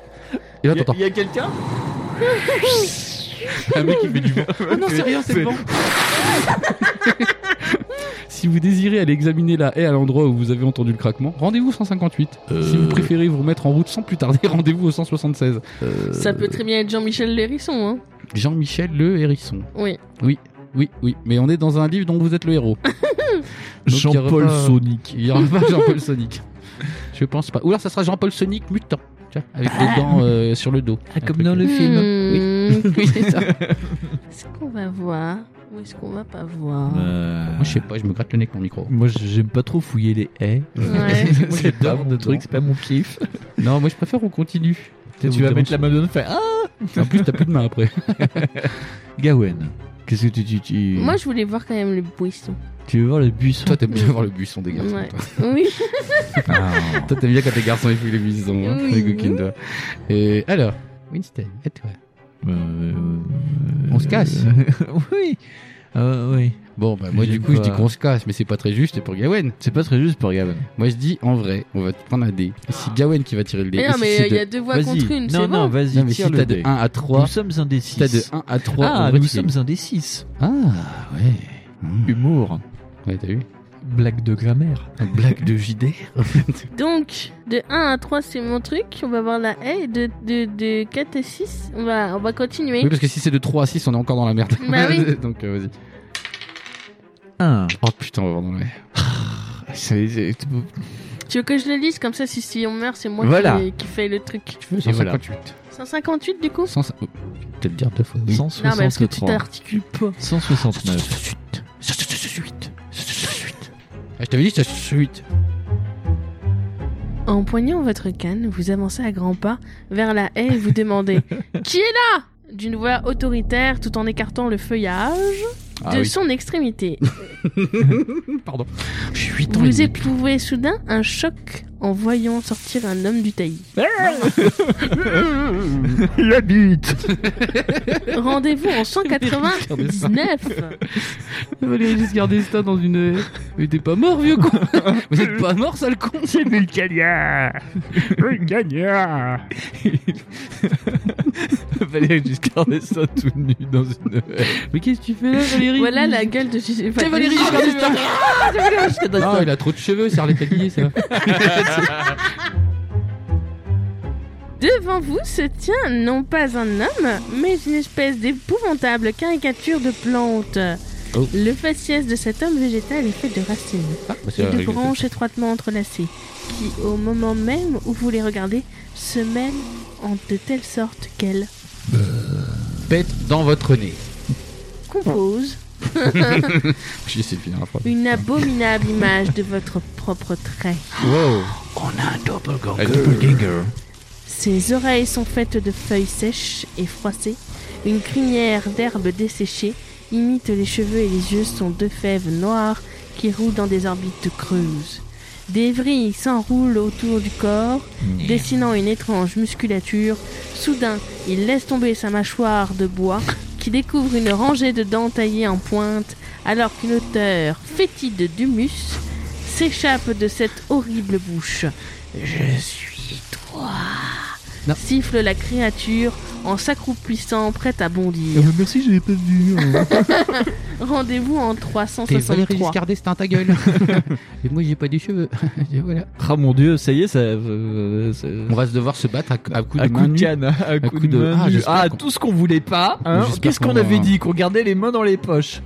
Speaker 3: Et là, t'entends.
Speaker 4: y a quelqu'un
Speaker 3: <laughs> Un mec qui fait du vent. Oh non, c'est rien, c'est le vent. <laughs> Si vous désirez aller examiner la haie à l'endroit où vous avez entendu le craquement, rendez-vous au 158. Si vous préférez vous remettre en route sans plus tarder, <laughs> rendez-vous au 176.
Speaker 2: Ça peut très bien être Jean-Michel Lérisson. Hein.
Speaker 3: Jean-Michel le hérisson.
Speaker 2: Oui.
Speaker 3: Oui, oui, mais on est dans un livre dont vous êtes le
Speaker 2: <laughs>
Speaker 3: héros. Donc, il y
Speaker 4: Jean-Paul
Speaker 3: aura pas-
Speaker 4: Sonic.
Speaker 3: Il y aura pas Jean-Paul Sonic. Je pense pas. Ou alors ça sera Jean-Paul Sonic mutant. Tu vois, avec
Speaker 2: Ah.
Speaker 3: les dents euh, sur le
Speaker 2: <laughs>
Speaker 3: dos.
Speaker 4: Ah,
Speaker 3: comme dans le
Speaker 2: Hmm.
Speaker 3: Oui, c'est ça.
Speaker 2: Est-ce qu'on va voir ou est-ce qu'on va pas voir
Speaker 3: Moi, je sais pas, je me gratte le nez avec mon micro.
Speaker 4: Moi, j'aime pas trop fouiller les haies. <laughs>
Speaker 2: Ouais.
Speaker 4: Moi,
Speaker 3: <laughs> C'est pas
Speaker 4: j'adore
Speaker 3: mon
Speaker 4: mon truc,
Speaker 3: truc.
Speaker 4: c'est pas mon kiff.
Speaker 3: Non, moi, je préfère on continue.
Speaker 4: Tu vas mettre la main dedans et faire Ah
Speaker 3: En plus, t'as plus de main
Speaker 2: <laughs>
Speaker 3: après.
Speaker 4: Gawen, qu'est-ce que tu. tu, tu...
Speaker 2: Moi, je voulais voir quand même le buisson.
Speaker 4: Tu veux voir le buisson
Speaker 3: Toi, t'aimes bien voir le buisson des garçons.
Speaker 2: Ouais.
Speaker 3: Toi,
Speaker 2: Oui.
Speaker 4: Ah.
Speaker 3: Toi, t'aimes bien quand les garçons ils fouillent les buissons. Hein,
Speaker 2: Oui.
Speaker 3: les coquines, toi. Et alors, Winston, à toi.
Speaker 4: <laughs> Euh,
Speaker 3: On se casse.
Speaker 4: <laughs> oui. Euh, oui.
Speaker 3: Bon, bah, moi,
Speaker 4: J'aime
Speaker 3: du coup, je dis
Speaker 4: pas.
Speaker 3: qu'on se casse, mais c'est pas très juste pour Gawen.
Speaker 4: C'est pas très juste pour Gawen.
Speaker 3: Moi, je dis en vrai, on va te prendre un dé. Et C'est Gawen qui va tirer le dé. Et
Speaker 2: Ah. Mais non,
Speaker 3: si
Speaker 2: mais
Speaker 3: c'est
Speaker 2: euh, il y a
Speaker 3: de-
Speaker 2: deux voix contre une, c'est
Speaker 4: non, non,
Speaker 2: bon.
Speaker 4: vas-y,
Speaker 3: Non, mais
Speaker 4: tire
Speaker 3: si
Speaker 4: le
Speaker 3: t'as de
Speaker 4: dé.
Speaker 3: 1 à
Speaker 4: Nous
Speaker 3: 3,
Speaker 4: sommes indécis.
Speaker 3: si t'as de 1 à 3,
Speaker 4: ah,
Speaker 3: on va
Speaker 4: nous
Speaker 3: tirer.
Speaker 4: sommes indécis.
Speaker 3: Ah ouais.
Speaker 8: Humour.
Speaker 3: Ouais, t'as vu
Speaker 8: Blague de grammaire.
Speaker 3: Blague de JD
Speaker 2: Donc, de 1 à 3, c'est mon truc. On va voir la haie. De, de, de 4 à 6, on va, on va continuer.
Speaker 3: Oui, parce que si c'est de 3 à 6, on est encore dans la merde.
Speaker 2: Bah oui.
Speaker 3: <laughs> Donc, euh, vas-y.
Speaker 8: 1.
Speaker 3: Oh putain, on va voir dans Ah, la
Speaker 2: Tu veux que je le lise comme ça Si, si on meurt, c'est moi
Speaker 8: Voilà.
Speaker 2: qui, qui fais le truc.
Speaker 3: Tu veux
Speaker 8: Et voilà.
Speaker 3: 158.
Speaker 2: 158 du coup
Speaker 3: 100 oh, je vais Peut-être le dire deux fois. Oui.
Speaker 2: Non, mais parce que tu
Speaker 8: 163.
Speaker 2: t'articules pas.
Speaker 8: 169.
Speaker 3: 168. 168. Ah, je t'avais dit 168.
Speaker 2: En poignant votre canne, vous avancez à grands pas vers la haie et
Speaker 3: <laughs>
Speaker 2: vous demandez Qui est là D'une voix autoritaire tout en écartant le feuillage
Speaker 3: Ah
Speaker 2: de
Speaker 3: oui.
Speaker 2: son extrémité.
Speaker 3: <laughs> Pardon. J'ai 8 ans. et
Speaker 2: Vous
Speaker 3: demi.
Speaker 2: éprouvez soudain un choc en voyant sortir un homme du taillis.
Speaker 3: Ah
Speaker 8: <laughs> La bite
Speaker 3: <laughs>
Speaker 2: Rendez-vous en 199
Speaker 3: Valérie Giscard d'Estaing dans une. Mais t'es pas mort, vieux con Vous êtes pas mort, sale
Speaker 4: <laughs>
Speaker 3: con
Speaker 8: C'est Vulcania
Speaker 3: <laughs>
Speaker 8: Vulcania
Speaker 3: Valérie Giscard d'Estaing tout nu dans une. Mais qu'est-ce que tu fais là, Valérie
Speaker 2: Voilà la gueule de Gigi-
Speaker 3: C'est Valérie Giscard d'Estaing C'est Valérie Giscard d'Estaing Ah, il a trop de cheveux, c'est Arlette Allier, ça.
Speaker 2: Devant vous se tient non pas un homme, mais une espèce d'épouvantable caricature de plante.
Speaker 3: Oh.
Speaker 2: Le faciès de cet homme végétal est fait de racines.
Speaker 3: Ah, bah, c'est
Speaker 2: et de
Speaker 3: Valérie Giscard
Speaker 2: branches étroitement entrelacées, qui, au moment même où vous les regardez, se mêlent en de telle sorte qu'elles
Speaker 3: d'Estaing. Pète dans votre nez.
Speaker 2: composent
Speaker 3: J'essaie de finir la phrase.
Speaker 2: une abominable image de votre propre trait.
Speaker 3: Wow
Speaker 8: On a un doppelganger.
Speaker 3: Un doppelganger.
Speaker 2: Ses oreilles sont faites de feuilles sèches et froissées, une crinière d'herbe desséchée imite les cheveux et les yeux sont deux fèves noires qui roulent dans des orbites creuses. Des vrilles s'enroulent autour du corps dessinant une étrange musculature. Soudain, il laisse tomber sa mâchoire de bois, qui découvre une rangée de dents taillées en pointe, alors qu'une odeur fétide d'humus s'échappe de cette horrible bouche. Je suis toi
Speaker 3: Non.
Speaker 2: siffle la créature en s'accroupissant, prête à
Speaker 4: Ah
Speaker 2: bondir.
Speaker 4: bah merci, j'avais pas vu. hein.
Speaker 2: Rendez-vous en
Speaker 3: T'es Valérie
Speaker 2: 363.
Speaker 3: Giscard d'Estaing, ta <laughs> gueule Et moi, j'ai pas des cheveux. <laughs> Et voilà.
Speaker 4: <laughs> ah mon dieu, ça y est, ça. euh, ça-
Speaker 3: On va se devoir se battre à, à coups de
Speaker 4: à
Speaker 3: main
Speaker 4: coup de
Speaker 3: nue.
Speaker 4: canne, hein, à coup,
Speaker 3: coup
Speaker 4: de.
Speaker 3: de-
Speaker 4: main
Speaker 3: Ah,
Speaker 4: nue.
Speaker 3: j'espère
Speaker 4: Ah,
Speaker 3: qu'on-
Speaker 4: tout ce qu'on voulait pas. hein.
Speaker 3: J'espère
Speaker 4: Qu'est-ce qu'on
Speaker 3: qu'on-
Speaker 4: avait dit Qu'on gardait les mains dans les poches.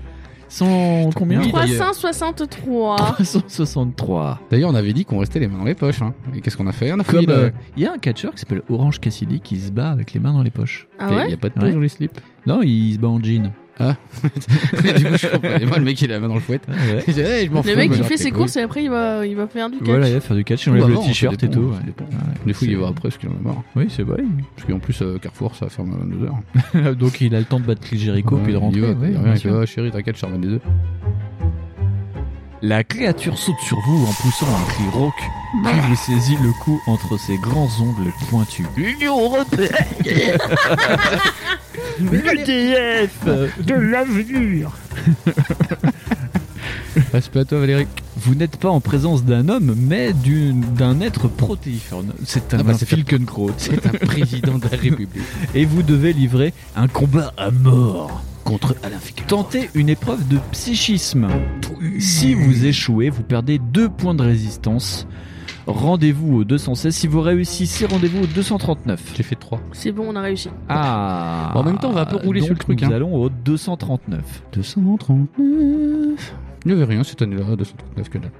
Speaker 4: Sans combien
Speaker 3: oui, d'ailleurs.
Speaker 2: 363.
Speaker 4: 363.
Speaker 3: D'ailleurs, on avait dit qu'on restait les mains dans les poches. Hein. Et qu'est-ce qu'on a fait On a fait
Speaker 4: Comme
Speaker 3: le-
Speaker 4: euh, il y a un catcheur qui s'appelle Orange Cassidy qui se bat avec les mains dans les poches.
Speaker 3: Il y
Speaker 2: Ah
Speaker 3: a- il
Speaker 2: ouais
Speaker 3: y a pas de poche
Speaker 4: Ouais.
Speaker 3: dans les slips.
Speaker 4: Non, il se bat en jean.
Speaker 3: Et <laughs> du coup, je comprenais pas. Le mec, il a la main dans le fouet. Il dit, Hey, je m'en fous.
Speaker 2: Le mec
Speaker 3: moi,
Speaker 2: qui
Speaker 3: je
Speaker 2: fait
Speaker 3: rate
Speaker 2: ses
Speaker 3: les
Speaker 2: courses et après il va, il va faire du catch.
Speaker 4: Voilà, il va faire du catch, il
Speaker 3: Ou
Speaker 4: enlève le
Speaker 3: avant, ça
Speaker 4: t-shirt et
Speaker 3: dépend,
Speaker 4: tout.
Speaker 3: ça
Speaker 4: ouais.
Speaker 3: dépend.
Speaker 4: Ouais,
Speaker 3: Des fois, il y
Speaker 4: c'est-
Speaker 3: va après parce qu'il en a marre.
Speaker 4: Oui, c'est vrai. <laughs>
Speaker 3: Parce qu'en plus, euh, Carrefour, ça ferme à 22h.
Speaker 4: Donc il a le temps de battre Chris Jericho puis de rentrer.
Speaker 3: Il y va,
Speaker 4: ouais,
Speaker 3: il
Speaker 4: bien
Speaker 3: revient, il fait,
Speaker 4: sûr.
Speaker 3: Ah, chérie, t'inquiète, je te ramène des œufs.
Speaker 8: La créature saute sur vous en poussant un cri rauque, puis vous saisit le cou entre ses grands ongles pointus.
Speaker 9: L'Union
Speaker 3: <laughs>
Speaker 9: européenne L'EDF de l'avenir
Speaker 3: Respect à toi, <laughs> Valérie.
Speaker 4: Vous n'êtes pas en présence d'un homme, mais d'une- d'un être protéiforme. C'est un
Speaker 3: Ah bah, c'est
Speaker 4: Filkenkraut.
Speaker 3: C'est un président de la République.
Speaker 4: Et vous devez livrer un combat à mort.
Speaker 3: Contre Alain Fick.
Speaker 4: Tentez une épreuve de psychisme. Si vous échouez, vous perdez deux points de résistance. Rendez-vous au 216. Si vous réussissez, rendez-vous au 239.
Speaker 3: J'ai fait 3.
Speaker 2: C'est bon, on a réussi.
Speaker 4: Ah
Speaker 3: En même temps, on va un peu rouler
Speaker 4: Donc,
Speaker 3: sur le truc,
Speaker 4: Nous
Speaker 3: hein.
Speaker 4: allons au 239.
Speaker 3: 239. Il n'y avait rien cette année-là, 239 que dalle.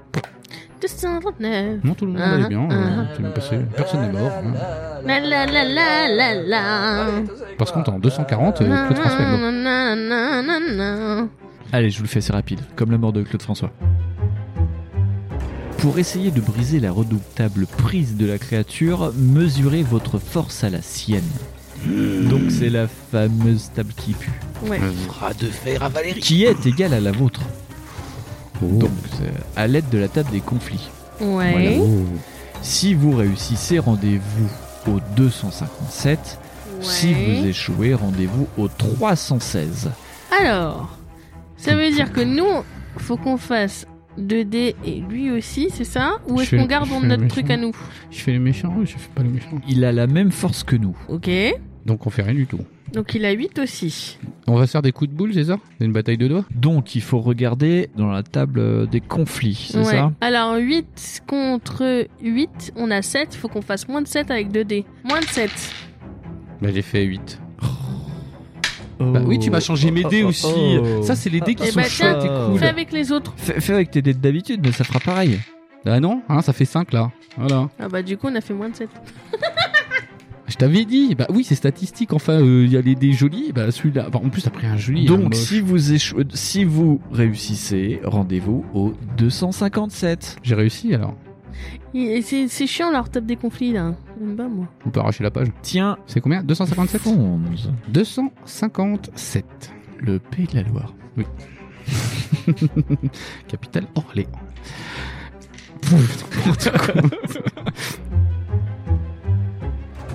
Speaker 2: 239.
Speaker 3: Non, tout le monde
Speaker 2: Ah,
Speaker 3: allait bien,
Speaker 2: ah,
Speaker 3: euh, c'est bien passé. Personne n'est mort. hein.
Speaker 2: La la la la la la.
Speaker 3: Parce qu'on est en 240, euh, Claude François est mort.
Speaker 2: Na, na, na, na, na, na.
Speaker 4: Allez, je vous le fais, c'est rapide, comme la mort de Claude François. Pour essayer de briser la redoutable prise de la créature, mesurez votre force à la sienne. Donc c'est la fameuse table qui pue,
Speaker 2: Ouais.
Speaker 3: Bras de fer à Valérie.
Speaker 4: qui est égale à la vôtre,
Speaker 3: Donc,
Speaker 4: donc c'est à l'aide de la table des conflits.
Speaker 2: Ouais.
Speaker 4: Si vous réussissez, rendez-vous au 257. Si vous
Speaker 2: Ouais.
Speaker 4: échouez, rendez-vous au 316.
Speaker 2: Alors, ça veut dire que nous, faut qu'on fasse 2D et lui aussi, c'est ça Ou
Speaker 3: Je
Speaker 2: est-ce
Speaker 3: fais-
Speaker 2: qu'on garde
Speaker 3: je fais
Speaker 2: notre
Speaker 3: le
Speaker 2: truc à nous
Speaker 3: je fais les méchants, je fais pas les méchants.
Speaker 4: Il a la même force que nous.
Speaker 2: Ok.
Speaker 3: Donc on fait rien du tout.
Speaker 2: Donc il a 8 aussi.
Speaker 3: On va se faire des coups de boule, c'est ça Une bataille de doigts
Speaker 4: Donc il faut regarder dans la table euh, des conflits, c'est
Speaker 2: Ouais.
Speaker 4: ça
Speaker 2: Alors 8 contre 8, on a 7. Faut qu'on fasse moins de 7 avec 2 dés. Moins de 7.
Speaker 3: Bah, j'ai fait 8. Bah oui, tu m'as changé mes dés aussi. Ça, c'est les dés qui
Speaker 2: Eh
Speaker 3: sont
Speaker 2: bah, tiens,
Speaker 3: chouettes et cool.
Speaker 2: Fais avec les autres.
Speaker 4: Fais, fais avec tes dés d'habitude, mais ça fera pareil.
Speaker 3: Ah non, hein, ça fait 5 là. Voilà.
Speaker 2: Ah bah du coup on a fait moins de 7.
Speaker 3: Je t'avais dit. Bah oui, c'est statistique. Enfin, euh, il y a les dés jolis. Bah celui-là. Enfin, en plus, t'as pris un joli. hein, et un
Speaker 4: Donc
Speaker 3: moche.
Speaker 4: si vous,
Speaker 3: euh,
Speaker 4: échou- si vous réussissez, rendez-vous au 257.
Speaker 3: j'ai réussi alors.
Speaker 2: Et C'est c'est chiant leur top des conflits là. J'aime pas moi.
Speaker 3: On peut arracher la page.
Speaker 4: Tiens,
Speaker 3: C'est combien 257
Speaker 4: Fonz,
Speaker 3: 257.
Speaker 4: le Pays de la Loire.
Speaker 3: <laughs> Capitale Orléans. <laughs>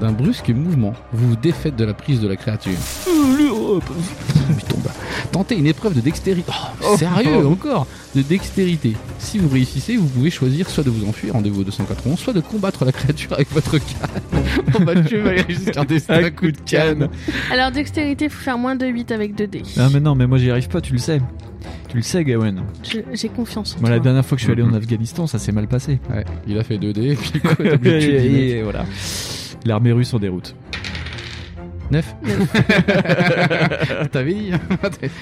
Speaker 3: D'un brusque mouvement, vous vous défaites de la prise de la créature. <laughs> Il tombe. Tentez une épreuve de dextérité. Oh, sérieux, encore De dextérité. Si vous réussissez, vous pouvez choisir soit de vous enfuir, rendez-vous au 291, soit de combattre la créature avec votre canne. <laughs> On va tuer Valérie Giscard d'Estaing à coup de canne.
Speaker 2: Alors dextérité, faut faire moins de 8 avec 2 dés.
Speaker 4: Ah mais non, mais moi j'y arrive pas, tu le sais. Tu le sais, Gawen.
Speaker 2: Je- J'ai confiance en
Speaker 4: Moi, la
Speaker 2: toi.
Speaker 4: dernière fois que je suis allé
Speaker 3: Mm-hmm.
Speaker 4: en Afghanistan, ça s'est
Speaker 3: <laughs>
Speaker 4: mal passé.
Speaker 3: Ouais, il a fait <laughs> 2D, puis quoi,
Speaker 4: <laughs>
Speaker 3: t'as
Speaker 4: Et-
Speaker 3: oublié de tuer dix mecs.
Speaker 4: et- et voilà. L'armée russe en déroute.
Speaker 3: 9 <laughs> T'avais dit. hein.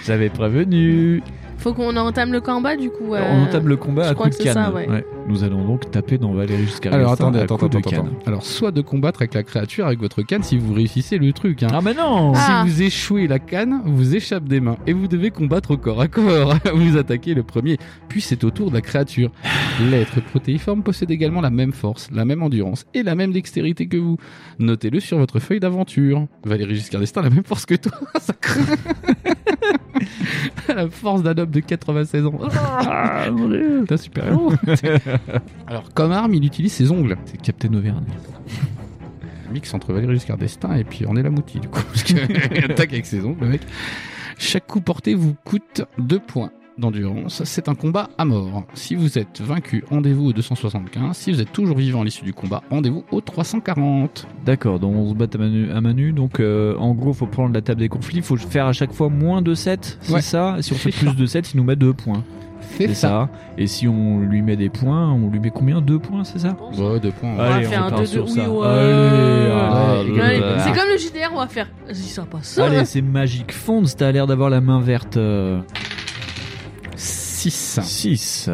Speaker 4: J'avais prévenu.
Speaker 2: Faut qu'on entame le combat du coup. euh,
Speaker 4: On entame le combat
Speaker 2: je
Speaker 4: à
Speaker 2: crois
Speaker 4: coup de
Speaker 2: que c'est
Speaker 4: canne.
Speaker 2: ça, ouais.
Speaker 4: Nous allons donc taper dans Valérie jusqu'à
Speaker 3: Alors attendez,
Speaker 4: à
Speaker 3: attends,
Speaker 4: coup
Speaker 3: attends,
Speaker 4: de
Speaker 3: attends,
Speaker 4: canne.
Speaker 3: attends. Alors soit de combattre avec la créature avec votre canne si vous réussissez le truc. hein.
Speaker 4: Ah mais non
Speaker 2: Ah.
Speaker 3: Si vous échouez la canne, vous échappe des mains et vous devez combattre au corps à corps. <laughs> Vous attaquez le premier, puis c'est au tour de la créature. L'être protéiforme possède également la même force, la même endurance et la même dextérité que vous. Notez-le sur votre feuille d'aventure. Valérie Giscard d'Estaing a la même force que toi, <laughs> ça craint. la force d'un homme de 96 ans. T'as super héros. Alors comme arme, il utilise ses ongles.
Speaker 4: C'est Captain Auvergne.
Speaker 3: mix entre Valérie Giscard d'Estaing et puis on est la moutie du coup parce que <laughs> attaque avec ses ongles le mec. Chaque coup porté vous coûte 2 points d'endurance. C'est un combat à mort. Si vous êtes vaincu, rendez-vous au 275. Si vous êtes toujours vivant à l'issue du combat, rendez-vous au 340.
Speaker 4: D'accord, donc on se bat à Manu, à Manu donc euh, en gros faut prendre la table des conflits, faut faire à chaque fois moins de 7, c'est
Speaker 3: Ouais.
Speaker 4: ça Et si on fait
Speaker 3: C'est
Speaker 4: plus de 7, il nous met 2 points.
Speaker 3: C'est
Speaker 4: Et si on lui met des points, on lui met combien 2 points, c'est ça
Speaker 3: Ouais, 2 points.
Speaker 2: va
Speaker 4: Allez,
Speaker 2: faire un
Speaker 4: part
Speaker 2: deux-
Speaker 4: sur
Speaker 2: oui,
Speaker 4: ça.
Speaker 2: ouais.
Speaker 3: Ouais,
Speaker 4: Allez,
Speaker 2: Allez,
Speaker 4: allez,
Speaker 2: C'est
Speaker 4: allez.
Speaker 2: comme le JDR, on va faire. Vas-y, ça passe.
Speaker 4: Allez, c'est magique. Fonds, t'as l'air d'avoir la main verte. euh,
Speaker 3: 6.
Speaker 4: 6.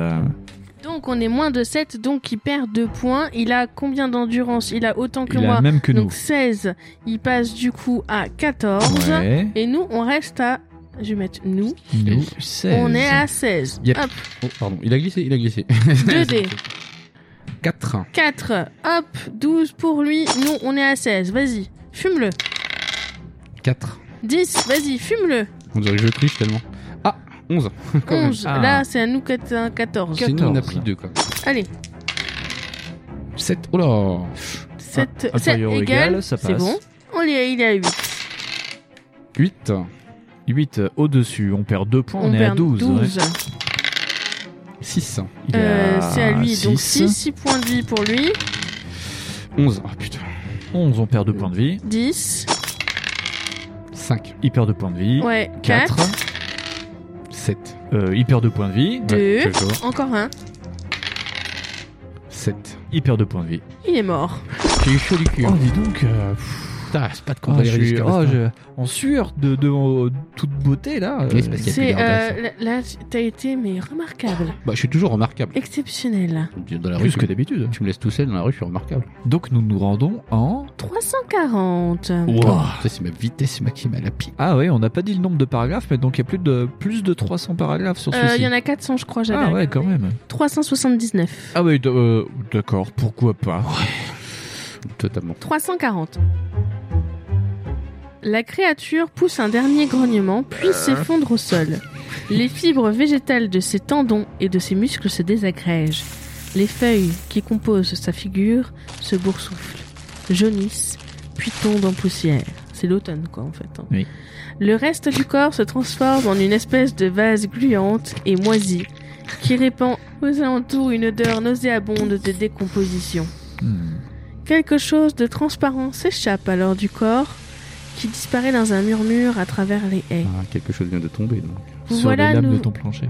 Speaker 2: Donc on est moins de 7, donc il perd 2 points. Il a combien d'endurance Il a autant que
Speaker 4: Il a
Speaker 2: moi.
Speaker 4: la même que nous.
Speaker 2: Donc 16, il passe du coup à 14.
Speaker 4: Ouais.
Speaker 2: Et nous, on reste à... Je vais mettre nous.
Speaker 4: Nous, 16.
Speaker 2: On est à 16.
Speaker 3: Yep.
Speaker 2: Hop,
Speaker 3: Oh, pardon, il a glissé, il a glissé. <laughs>
Speaker 2: 2 dés.
Speaker 3: 4.
Speaker 2: 4. Hop, 12 pour lui. Nous, on est à 16. Vas-y, fume-le.
Speaker 3: 4.
Speaker 2: 10, vas-y,
Speaker 4: <laughs>
Speaker 2: fume-le.
Speaker 3: On dirait que je triche tellement. Ah, <laughs> 11.
Speaker 2: 11.
Speaker 4: Ah.
Speaker 2: Là, c'est à nous que t'as un 14.
Speaker 3: C'est nous, on a
Speaker 4: 14.
Speaker 3: pris 2 quoi.
Speaker 2: Allez,
Speaker 3: 7. Oh là
Speaker 2: 7,
Speaker 4: Ah,
Speaker 2: 7
Speaker 4: inférieur ou
Speaker 2: égal.
Speaker 4: égal, ça
Speaker 2: C'est
Speaker 4: passe.
Speaker 2: bon. On est, il est à 8.
Speaker 3: 8.
Speaker 4: 8 euh, au-dessus, on perd 2 points, on, est à
Speaker 2: perd
Speaker 4: 12. ouais.
Speaker 2: 12.
Speaker 3: 6.
Speaker 4: Il est
Speaker 2: Euh, c'est à lui, donc 6,
Speaker 4: six.
Speaker 2: 6 points de vie pour lui,
Speaker 3: 11. Ah putain.
Speaker 4: 11, on perd 2 points de vie.
Speaker 2: 10,
Speaker 3: 5.
Speaker 4: Il perd 2 points de vie.
Speaker 2: ouais,
Speaker 4: 4.
Speaker 2: 4,
Speaker 3: 7.
Speaker 4: Euh, il perd 2 points de vie.
Speaker 2: 2,
Speaker 3: toujours.
Speaker 2: encore un,
Speaker 3: 7.
Speaker 4: Il perd 2 points de vie.
Speaker 2: il est mort.
Speaker 3: J'ai eu chaud du cul. hein.
Speaker 4: dis donc. euh,
Speaker 3: Oh, Putain, c'est pas de
Speaker 4: oh,
Speaker 3: combat,
Speaker 4: je
Speaker 3: Valérie
Speaker 4: suis
Speaker 3: Giscard
Speaker 4: oh,
Speaker 3: d'Estaing.
Speaker 4: je- en sueur de, de- de toute beauté là. euh,
Speaker 3: Oui, c'est parce qu'il y a
Speaker 2: C'est,
Speaker 3: plus d'intéressant.
Speaker 2: euh, là- là, t'as été, mais remarquable,
Speaker 3: Bah, je suis toujours remarquable.
Speaker 2: exceptionnel.
Speaker 3: Dans la rue,
Speaker 4: Plus
Speaker 3: tu-
Speaker 4: que d'habitude.
Speaker 3: tu me laisses tout seul dans la rue, je suis remarquable.
Speaker 4: Donc nous nous rendons en.
Speaker 2: 340.
Speaker 3: Ça, c'est ma vitesse maximale à pied.
Speaker 4: Ah oui, on n'a pas dit le nombre de paragraphes, mais donc il y a plus de, plus de 300 paragraphes sur
Speaker 2: Euh,
Speaker 4: ceci.
Speaker 2: Il y en a 400, je crois, j'avais.
Speaker 4: ah ouais,
Speaker 2: regardé.
Speaker 4: quand même.
Speaker 2: 379.
Speaker 4: Ah oui, d- euh, d'accord, pourquoi pas.
Speaker 3: Totalement.
Speaker 2: 340. La créature pousse un dernier grognement, puis s'effondre au sol. Les fibres végétales de ses tendons et de ses muscles se désagrègent. Les feuilles qui composent sa figure se boursouflent, jaunissent, puis tombent en poussière. C'est l'automne, quoi, en fait. hein.
Speaker 4: Oui.
Speaker 2: Le reste du corps se transforme en une espèce de vase gluante et moisie qui répand aux alentours une odeur nauséabonde de décomposition.
Speaker 4: Hmm.
Speaker 2: Quelque chose de transparent s'échappe alors du corps qui disparaît dans un murmure à travers les haies.
Speaker 3: Ah, quelque chose vient de tomber, <laughs> donc.
Speaker 2: Vous
Speaker 4: sur
Speaker 2: voilà,
Speaker 4: les lames
Speaker 2: nous-
Speaker 4: de ton
Speaker 5: <laughs>
Speaker 4: plancher.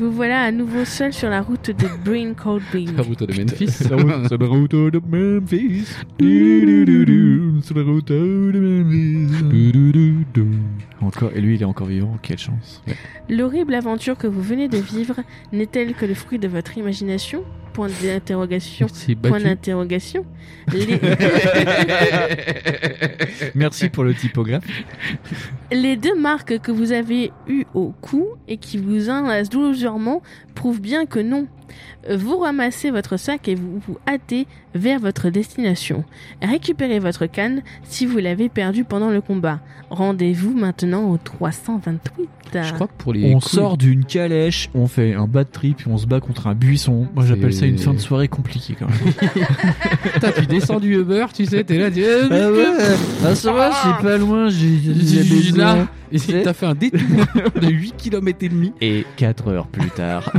Speaker 2: vous voilà à nouveau seul sur la route
Speaker 4: <laughs>
Speaker 2: de Bryn Coldbing.
Speaker 3: route de Memphis.
Speaker 4: C'est la route de Memphis. Du-du-du-du. C'est la route de Memphis. Du-du-du-du. Encore, et lui, il est encore vivant. Quelle chance.
Speaker 2: L'horrible aventure que vous venez de vivre n'est-elle que le fruit de votre imagination Point d'interrogation.
Speaker 3: C'est
Speaker 5: bah,
Speaker 4: Bah,
Speaker 2: Point
Speaker 3: battu.
Speaker 2: d'interrogation. Les,
Speaker 4: <laughs> Eh,
Speaker 5: Merci pour le typographe.
Speaker 2: les deux marques que vous avez eues au cou et qui vous enlacent douloureusement prouvent bien que non. Euh, Vous ramassez votre sac et vous vous hâtez vers votre destination. Récupérez votre canne si vous l'avez perdue pendant le combat. Rendez-vous maintenant au 328.
Speaker 3: Je crois que pour les.
Speaker 4: On
Speaker 3: couilles-
Speaker 4: sort d'une calèche, on fait un bad trip, on se bat contre un buisson. Moi, j'appelle ça une fin de soirée compliquée quand même.
Speaker 3: Putain, tu descends du Uber, tu sais, t'es là, tu.
Speaker 5: Ah ouais, ah, ça va, c'est pas loin,
Speaker 3: Ah, <laughs>
Speaker 5: j'ai j'ai besoin.
Speaker 3: Là, et
Speaker 5: C'est-
Speaker 3: t'as fait un détour de 8 km et demi,
Speaker 5: Et 4 heures plus tard.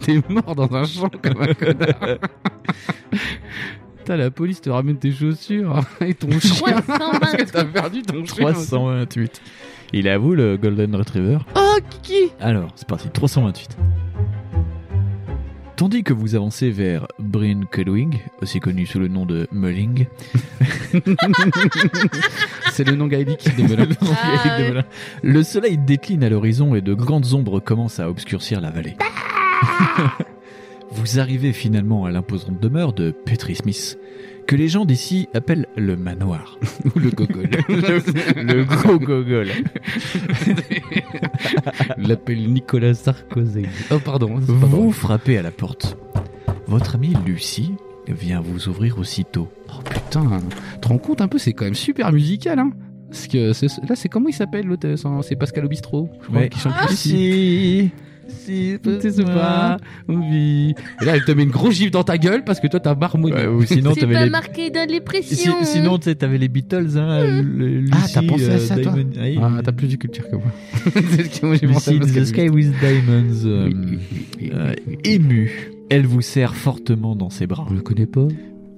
Speaker 3: t'es mort dans un champ comme un connard. Putain, la police te ramène tes chaussures hein, et ton chien.
Speaker 2: 320.
Speaker 3: Parce que t'as perdu ton chien.
Speaker 4: 328. Il avoue le Golden Retriever.
Speaker 2: Oh, Kiki
Speaker 4: Alors, c'est parti, 328. Tandis que vous avancez vers Bryn Kedwig, aussi connu sous le nom de Mulling,
Speaker 3: C'est le nom gaélique de
Speaker 4: <laughs>
Speaker 3: Melun.
Speaker 2: Ah, ouais.
Speaker 4: le soleil décline à l'horizon et de grandes ombres commencent à obscurcir la vallée.
Speaker 2: Ah.
Speaker 4: vous arrivez finalement à l'imposante demeure de Petrie Smith, que les gens d'ici appellent le manoir.
Speaker 3: <laughs> Ou le gogol.
Speaker 4: Le gros gogol.
Speaker 3: L'appelle Nicolas Sarkozy. Oh, pardon. c'est pas
Speaker 4: Vous
Speaker 3: drôle.
Speaker 4: frappez à la porte. Votre amie Lucie vient vous ouvrir aussitôt.
Speaker 3: Oh putain. Tu te rends compte un peu, c'est quand même super musical, hein. Parce que c'est- là, c'est comment il s'appelle l'hôte hein C'est Pascal Obistro, je crois,
Speaker 4: Ouais.
Speaker 3: qui chante
Speaker 5: Ah,
Speaker 3: ici.
Speaker 5: Si, si,
Speaker 3: Ah. C'est pas oui. Et là, elle te met une grosse gifle dans ta gueule parce que toi, t'as marmonné.
Speaker 4: Ouais, ou sinon,
Speaker 2: C'est
Speaker 4: t'avais
Speaker 2: pas
Speaker 4: les...
Speaker 2: marqué dans les
Speaker 5: Si-
Speaker 2: pressions.
Speaker 5: sinon, tu sais, t'avais les Beatles, hein, le- Lucy,
Speaker 3: Ah, t'as pensé à
Speaker 5: euh,
Speaker 3: ça, toi
Speaker 5: Diamond- oui.
Speaker 3: Ah, t'as plus de culture que moi. <laughs> c'est ce que moi j'ai pensé à
Speaker 5: Lucy in
Speaker 3: Pascal
Speaker 5: the Sky with Diamonds, euh,
Speaker 3: Oui, oui,
Speaker 5: euh,
Speaker 3: oui, oui.
Speaker 5: émue.
Speaker 4: Elle vous serre fortement dans ses bras,
Speaker 3: On le connaît pas.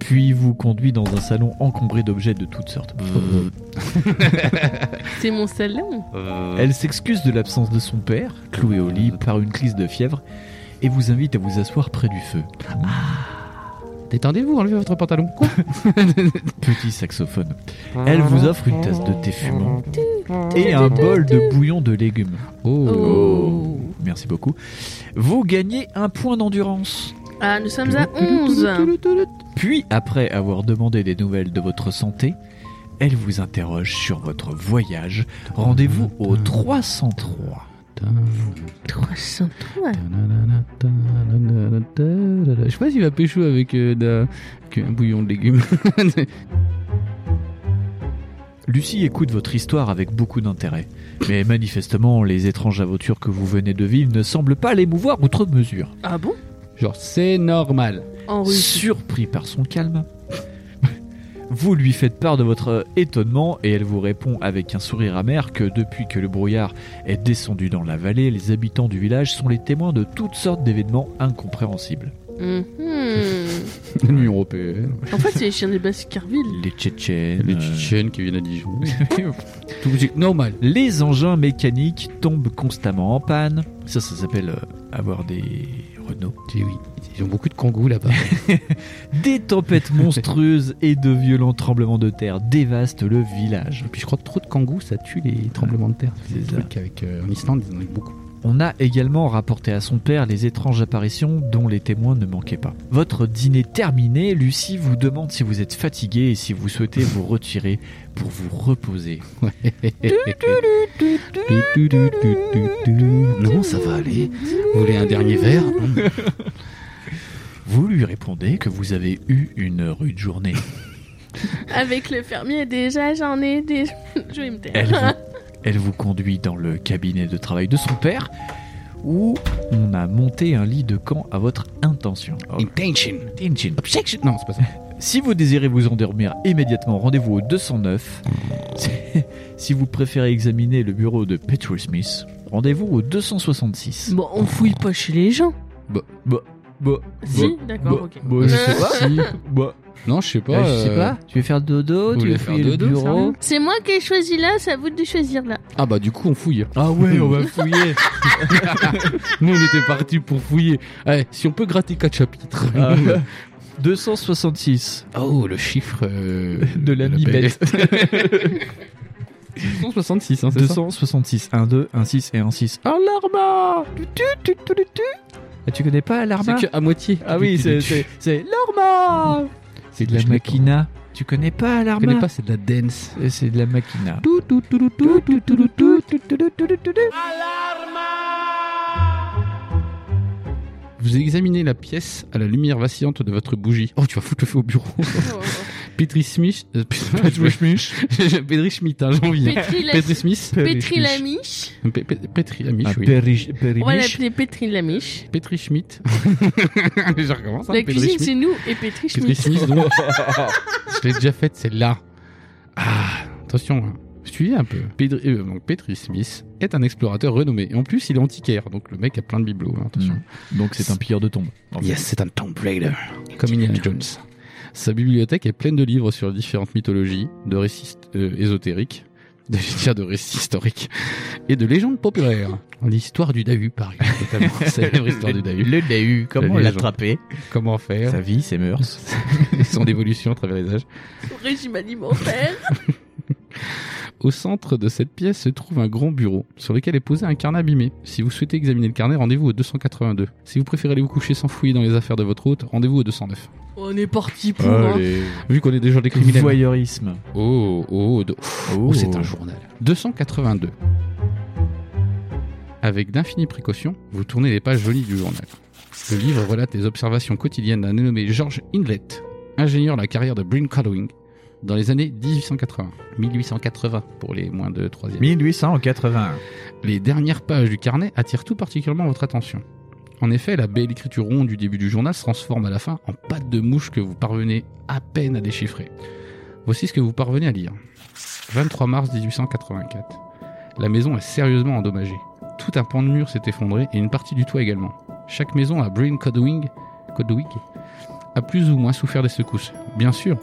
Speaker 4: puis vous conduit dans un salon encombré d'objets de toutes sortes.
Speaker 2: C'est mon salon.
Speaker 4: Elle s'excuse de l'absence de son père, cloué au lit par une crise de fièvre, et vous invite à vous asseoir près du feu. Ah,
Speaker 3: Détendez-vous, enlevez votre pantalon.
Speaker 4: Petit saxophone. Elle vous offre une tasse de thé fumant et un bol de bouillon de légumes.
Speaker 2: Oh.
Speaker 4: Merci beaucoup. Vous gagnez un point d'endurance.
Speaker 2: Ah, nous sommes à 11.
Speaker 4: Puis, après avoir demandé des nouvelles de votre santé, elle vous interroge sur votre voyage. Rendez-vous au 303.
Speaker 2: 303.
Speaker 3: Je sais pas s'il va pécho avec, euh, d'un- avec un bouillon de légumes. <laughs>
Speaker 4: Lucie écoute votre histoire avec beaucoup d'intérêt, mais manifestement, les étranges aventures que vous venez de vivre ne semblent pas l'émouvoir outre mesure.
Speaker 2: Ah bon
Speaker 3: Genre, c'est normal.
Speaker 2: En Russie.
Speaker 4: Surpris par son calme, <laughs> vous lui faites part de votre étonnement et elle vous répond avec un sourire amer que depuis que le brouillard est descendu dans la vallée, les habitants du village sont les témoins de toutes sortes d'événements incompréhensibles.
Speaker 2: Mhm.
Speaker 3: L'Union européenne.
Speaker 2: En fait, c'est les chiens des Baskerville.
Speaker 4: Les Tchétchènes,
Speaker 3: Les
Speaker 4: euh,
Speaker 3: Tchétchènes qui viennent à <laughs> Dijon. Tout musique normal.
Speaker 4: Les engins mécaniques tombent constamment en panne. Ça, ça s'appelle euh, avoir des Renault.
Speaker 3: Eh Oui, oui. Ils ont beaucoup de kangous <laughs> là-bas.
Speaker 4: Des tempêtes monstrueuses et de violents tremblements de terre dévastent le village.
Speaker 3: Puis je crois que trop de kangous, ça tue les tremblements de terre.
Speaker 4: C'est
Speaker 3: C'est
Speaker 4: ça.
Speaker 3: le truc avec, euh, en Islande, ils en ont eu <laughs> beaucoup.
Speaker 4: On a également rapporté à son père les étranges apparitions dont les témoins ne manquaient pas. Votre dîner terminé, Lucie vous demande si vous êtes fatigué et si vous souhaitez vous retirer pour vous reposer.
Speaker 3: non, ça va aller. Vous voulez un dernier <laughs> verre
Speaker 4: Vous lui répondez que vous avez eu une rude journée.
Speaker 2: Avec le fermier, déjà, j'en ai des. <laughs> Je vais me taire.
Speaker 4: Elle vous, elle vous conduit dans le cabinet de travail de son père où on a monté un lit de camp à votre intention.
Speaker 10: Oh.
Speaker 3: Intention.
Speaker 4: Tintin.
Speaker 3: Objection. Non, c'est pas ça.
Speaker 4: Si vous désirez vous endormir immédiatement, rendez-vous au 209. si <laughs> vous préférez examiner le bureau de Petrie Smith, rendez-vous au 266.
Speaker 2: Bon, on fouille pas chez les gens.
Speaker 4: Bah, bah, bah,
Speaker 2: Si, d'accord, ok.
Speaker 4: bah, je sais pas. Si, bah,
Speaker 3: Euh, Non, je sais pas.
Speaker 10: Euh, je sais
Speaker 3: euh,
Speaker 10: pas. Tu veux faire dodo
Speaker 3: vous
Speaker 10: Tu veux
Speaker 3: voulez faire
Speaker 10: fouiller le
Speaker 3: dodo,
Speaker 10: bureau
Speaker 2: C'est moi qui ai choisi là, c'est à vous de choisir là.
Speaker 3: Ah bah du coup on fouille.
Speaker 10: <laughs>
Speaker 5: Ah ouais, on va fouiller.
Speaker 3: Nous on était partis pour fouiller. Allez, si on peut gratter quatre chapitres.
Speaker 5: Ah. 266.
Speaker 3: <laughs> Oh le chiffre euh,
Speaker 5: De la mi-bête.
Speaker 3: <laughs> 166, hein, c'est ça
Speaker 5: 266. 1, 2, 1, 6 et 1, 6. Ah, l'arma Tu, tu, tu, tu, tu, tu.
Speaker 10: Ah, Tu connais pas
Speaker 3: C'est
Speaker 10: l'arma
Speaker 3: que à moitié.
Speaker 5: Ah oui, c'est- c'est c'est l'arma C'est de la
Speaker 3: Je connais pas.
Speaker 5: machina. Tu connais pas
Speaker 3: Je connais
Speaker 5: l'arma
Speaker 3: pas, c'est de la dance.
Speaker 5: Et C'est de la machina.
Speaker 10: Tout, tout, tout, tout, tout, tout, tout, tout, tout, tout, tout, tout, tout, tout, tout.
Speaker 3: Vous examinez la pièce à la lumière vacillante de votre bougie. Oh, tu vas foutre le feu au bureau. <laughs>
Speaker 2: Oh,
Speaker 3: Petri Smith. <laughs> euh, putain, je me- <laughs> Petri Schmitt, hein, j'en viens.
Speaker 2: <laughs> Petri, la...
Speaker 3: Petri Smith.
Speaker 2: Petri Lamiche.
Speaker 3: Pe- pe- Ah, Petri Amish,
Speaker 5: Un
Speaker 3: oui.
Speaker 5: péri-
Speaker 2: On va
Speaker 5: périmiche.
Speaker 2: l'appeler Petri Lamiche.
Speaker 3: Petri Schmitt. <laughs> je recommence. hein,
Speaker 2: La
Speaker 3: Petri
Speaker 2: cuisine,
Speaker 3: Schmitt.
Speaker 2: c'est nous et
Speaker 3: Petri
Speaker 2: Petri Schmidt.
Speaker 3: Smith, donc. Je l'ai déjà faite, celle-là. Ah, attention. hein. Suivez un peu. Pedri- euh, donc, Petri Smith est un explorateur renommé. Et en plus, il est antiquaire. Donc, le mec a plein de bibelots. hein,
Speaker 5: Hmm.
Speaker 3: attention.
Speaker 4: Donc c'est un pilleur de tombe. en fait.
Speaker 3: Yes, c'est un Tomb Raider, comme Indiana Jones. Sa bibliothèque est pleine de livres sur différentes mythologies, de récits euh, ésotériques, de, <laughs> je veux dire de récits historiques, et de légendes populaires. L'histoire du Dahu, par exemple, notamment. la célèbre histoire du Dahu.
Speaker 10: Le DAU, comment
Speaker 3: La légende.
Speaker 10: l'attraper
Speaker 3: Comment faire,
Speaker 4: Sa vie, ses mœurs.
Speaker 3: son évolution à travers les âges.
Speaker 2: Régime alimentaire.
Speaker 3: Au centre de cette pièce se trouve un grand bureau sur lequel est posé un carnet abîmé. Si vous souhaitez examiner le carnet, rendez-vous au 282. Si vous préférez aller vous coucher sans fouiller dans les affaires de votre hôte, rendez-vous au 209.
Speaker 2: <laughs> On est parti pour. hein.
Speaker 4: <laughs> Allez.
Speaker 3: Vu qu'on est déjà des criminels.
Speaker 5: Voyeurisme.
Speaker 3: Oh, oh, oh,
Speaker 4: Oh,
Speaker 3: Oh, c'est un journal. 282. Avec d'infinies précautions, vous tournez les pages jolies du journal. Le livre relate les observations quotidiennes d'un nommé George Inlet, ingénieur de la carrière de Bryn dans les années 1880. 1880 pour les moins de 3
Speaker 5: 1881.
Speaker 3: les dernières pages du carnet attirent tout particulièrement votre attention. En effet, la belle écriture ronde du début du journal se transforme à la fin en patte de mouche que vous parvenez à peine à déchiffrer. Voici ce que vous parvenez à lire. 23 mars 1884. La maison est sérieusement endommagée. Tout un pan de mur s'est effondré et une partie du toit également. Chaque maison à Bryn Codwig Codwig, a plus ou moins souffert des secousses. Bien sûr,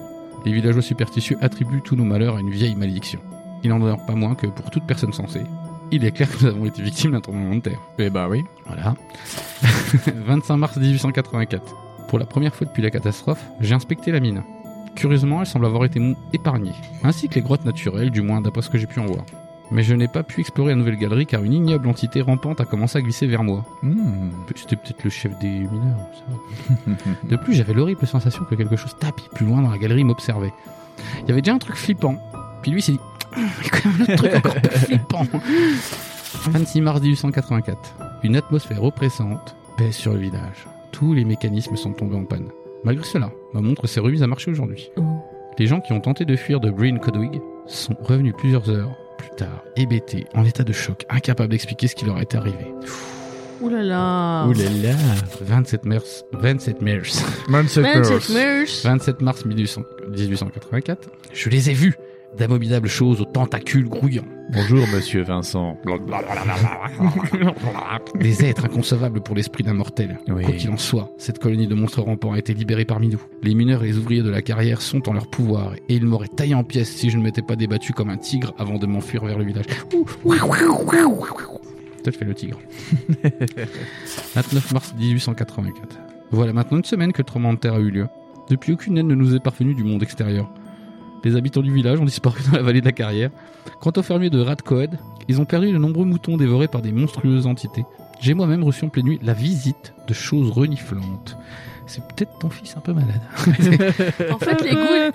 Speaker 3: les villageois superstitieux attribuent tous nos malheurs à une vieille malédiction. Il n'en demeure pas moins que pour toute personne sensée, il est clair que nous avons été victimes d'un tremblement de terre.
Speaker 4: Eh bah oui.
Speaker 3: Voilà. <laughs> 25 mars 1884. Pour la première fois depuis la catastrophe, j'ai inspecté la mine. Curieusement, elle semble avoir été mou- épargnée, ainsi que les grottes naturelles, du moins d'après ce que j'ai pu en voir. Mais je n'ai pas pu explorer la nouvelle galerie car une ignoble entité rampante a commencé à glisser vers moi. Hmm. C'était peut-être le chef des mineurs. ça va. De plus, j'avais l'horrible sensation que quelque chose tapis plus loin dans la galerie m'observait. Il y avait déjà un truc flippant. Puis lui s'est dit Ah, Il y a quand même un autre truc encore plus flippant. 26 mars 1884. Une atmosphère oppressante pèse sur le village. Tous les mécanismes sont tombés en panne. Malgré cela, ma montre s'est remise à marcher aujourd'hui. Les gens qui ont tenté de fuir de Breen Codwig sont revenus plusieurs heures plus tard, hébétés, en état de choc, incapables d'expliquer ce qui leur est arrivé.
Speaker 2: Ouh là là.
Speaker 5: Ouh là là.
Speaker 3: 27 mars, 27 mars,
Speaker 2: Magic Mirrors.
Speaker 3: 27 mars 1800 1884, je les ai vus, d'abominables choses aux tentacules grouillants,
Speaker 4: Bonjour, monsieur Vincent.
Speaker 3: des êtres inconcevables pour l'esprit d'un mortel.
Speaker 4: Oui.
Speaker 3: Quoi qu'il en soit, cette colonie de monstres rampants a été libérée parmi nous. Les mineurs et les ouvriers de la carrière sont en leur pouvoir, et ils m'auraient taillé en pièces si je ne m'étais pas débattu comme un tigre avant de m'enfuir vers le village. Ouh, ouh, ouh, ouh. Peut-être je fais le tigre. 29 mars 1884. Voilà maintenant une semaine que le tremblement de terre a eu lieu. Depuis, aucune aide ne nous est parvenue du monde extérieur. Les habitants du village ont disparu dans la vallée de la carrière. Quant aux fermiers de Radcoed, ils ont perdu de nombreux moutons dévorés par des monstrueuses entités. J'ai moi-même reçu en pleine nuit la visite de choses reniflantes. C'est peut-être ton fils un peu malade.
Speaker 2: En fait, les <laughs> goules,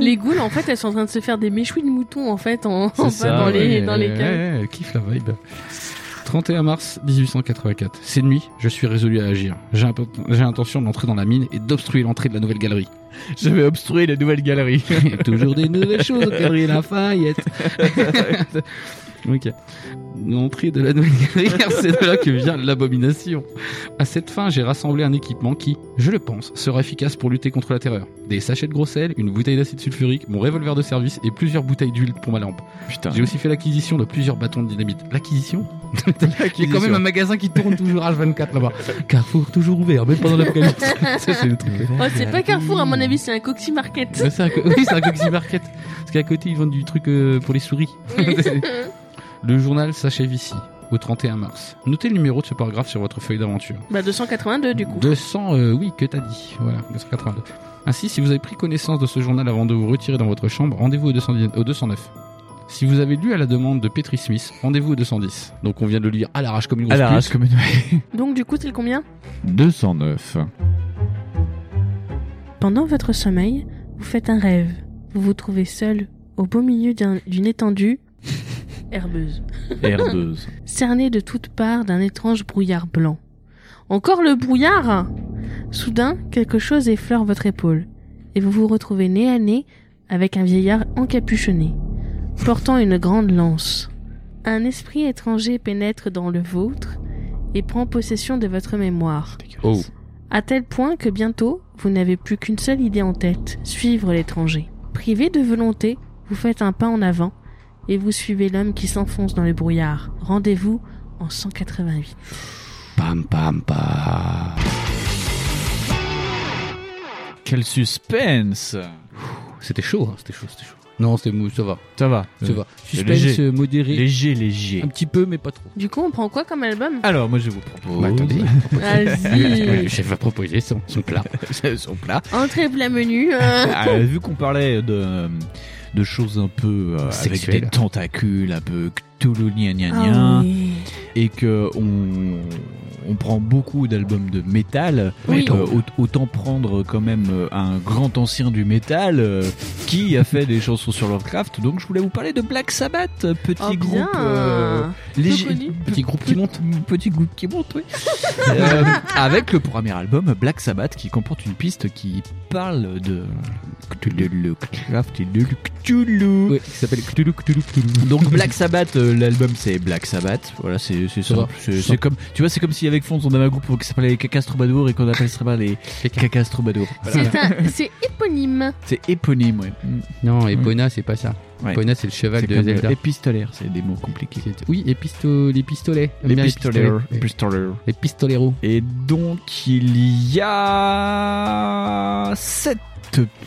Speaker 2: les goules, en fait, elles sont en train de se faire des méchouis de moutons, en fait, en, en bas Oh, bah, dans les, dans les caves.
Speaker 3: Ouais, elle kiffe la vibe. 31 mars 1884. Cette nuit, je suis résolu à agir. J'ai impo- j'ai intention d'entrer dans la mine et d'obstruer l'entrée de la nouvelle galerie.
Speaker 5: Je vais obstruer la nouvelle galerie.
Speaker 3: Il y a <laughs> toujours des nouvelles choses au calendrier de la Lafayette. ok. L'entrée de la nouvelle galerie, c'est de là que vient l'abomination. À cette fin, j'ai rassemblé un équipement qui, je le pense, sera efficace pour lutter contre la terreur. Des sachets de gros sel, une bouteille d'acide sulfurique, mon revolver de service et plusieurs bouteilles d'huile pour ma lampe.
Speaker 4: Putain.
Speaker 3: J'ai aussi fait l'acquisition de plusieurs bâtons de dynamite. L'acquisition Il y a quand même un magasin qui tourne toujours H24 là-bas. Carrefour toujours ouvert, même pendant l'apocalypse. Ça, c'est le truc.
Speaker 2: Oh, c'est pas Carrefour, à mon avis, c'est un Coxy Market.
Speaker 3: Mais c'est un co- oui, c'est un Coxy Market. Parce qu'à côté, ils vendent du truc euh, pour les
Speaker 2: <laughs>
Speaker 3: souris. le journal s'achève ici, au 31 mars. Notez le numéro de ce paragraphe sur votre feuille d'aventure.
Speaker 2: Bah, 282, du coup.
Speaker 3: 200, euh, oui, que t'as dit. Voilà, 282. Ainsi, si vous avez pris connaissance de ce journal avant de vous retirer dans votre chambre, rendez-vous au, 210 au 209. Si vous avez lu à la demande de Petri Smith, rendez-vous au 210. Donc on vient de le lire à l'arrache comme une grosse
Speaker 4: Alors,
Speaker 3: puce.
Speaker 4: comme une...
Speaker 2: Donc, du coup, c'est le combien
Speaker 4: 209.
Speaker 2: Pendant votre sommeil, vous faites un rêve. Vous vous trouvez seul au beau milieu d'un- d'une étendue herbeuse,
Speaker 4: R2.
Speaker 2: cerné de toutes parts d'un étrange brouillard blanc. Encore le brouillard Soudain, quelque chose effleure votre épaule, et vous vous retrouvez nez à nez avec un vieillard encapuchonné, portant une grande lance. Un esprit étranger pénètre dans le vôtre et prend possession de votre mémoire.
Speaker 3: Oh,
Speaker 2: À tel point que bientôt, vous n'avez plus qu'une seule idée en tête, suivre l'étranger. Privé de volonté, vous faites un pas en avant et vous suivez l'homme qui s'enfonce dans le brouillard. Rendez-vous en 188.
Speaker 3: pam pam pam.
Speaker 4: Quel suspense
Speaker 3: C'était chaud, hein, c'était chaud, c'était chaud. Non, c'était mou, ça va,
Speaker 4: Ça va.
Speaker 3: ça va. Suspense
Speaker 4: léger.
Speaker 3: euh, modéré,
Speaker 4: Euh, Léger, léger.
Speaker 3: un petit peu, mais pas trop.
Speaker 2: Du coup, on prend quoi comme
Speaker 4: <laughs>
Speaker 2: album
Speaker 4: Alors, moi, je vous propose.
Speaker 3: Bah, <laughs>
Speaker 4: <laughs>
Speaker 3: attendez. Le
Speaker 2: Vas-y
Speaker 3: chef va proposer son, son plat.
Speaker 4: son plat.
Speaker 2: Entrée plat menu. euh.
Speaker 4: Ah, vu qu'on parlait de, de choses un peu euh, avec
Speaker 3: Sexuelles.
Speaker 4: des tentacules, un peu Cthulhu, gna gna gna,
Speaker 2: Ah oui.
Speaker 4: et que on, on prend beaucoup d'albums de métal,
Speaker 2: Oui.
Speaker 4: euh, au- autant prendre quand même euh, un grand ancien du métal euh, qui a fait des chansons sur Lovecraft. Donc je voulais vous parler de Black Sabbath, petit
Speaker 2: Oh
Speaker 4: groupe
Speaker 2: bien
Speaker 4: euh, léger-
Speaker 2: connu.
Speaker 3: Petit groupe qui <laughs> monte.
Speaker 4: Petit groupe qui monte, oui.
Speaker 2: <laughs>
Speaker 4: Euh, avec le premier album, Black Sabbath, qui comporte une piste qui parle de Cthulhu, le Lovecraft et de Cthulhu.
Speaker 3: Ouais, qui s'appelle Cthulhu Cthulhu Cthulhu.
Speaker 4: Donc Black Sabbath, euh, l'album c'est Black Sabbath. Voilà, c'est c'est
Speaker 3: Ça va,
Speaker 4: simple. C'est-
Speaker 3: ça va.
Speaker 4: C'est comme, tu vois, c'est comme si avec Fonz on avait un groupe qui s'appelait les Cacas Troubadours et qu'on appellerait pas les Cacas Troubadours.
Speaker 2: C'est un- c'est éponyme.
Speaker 4: C'est éponyme, ouais. Mm.
Speaker 3: Non, Epona, c'est pas ça.
Speaker 4: Ouais.
Speaker 3: Epona, c'est le cheval
Speaker 4: C'est
Speaker 3: de
Speaker 4: comme, euh,
Speaker 3: Zelda.
Speaker 4: épistolaire, c'est des mots compliqués.
Speaker 3: C'est- Oui, épisto... les pistolets. J'aime
Speaker 4: Les
Speaker 3: bien
Speaker 4: pistoleurs.
Speaker 3: Les pistolets. Les pistoleros.
Speaker 4: Et donc il y a sept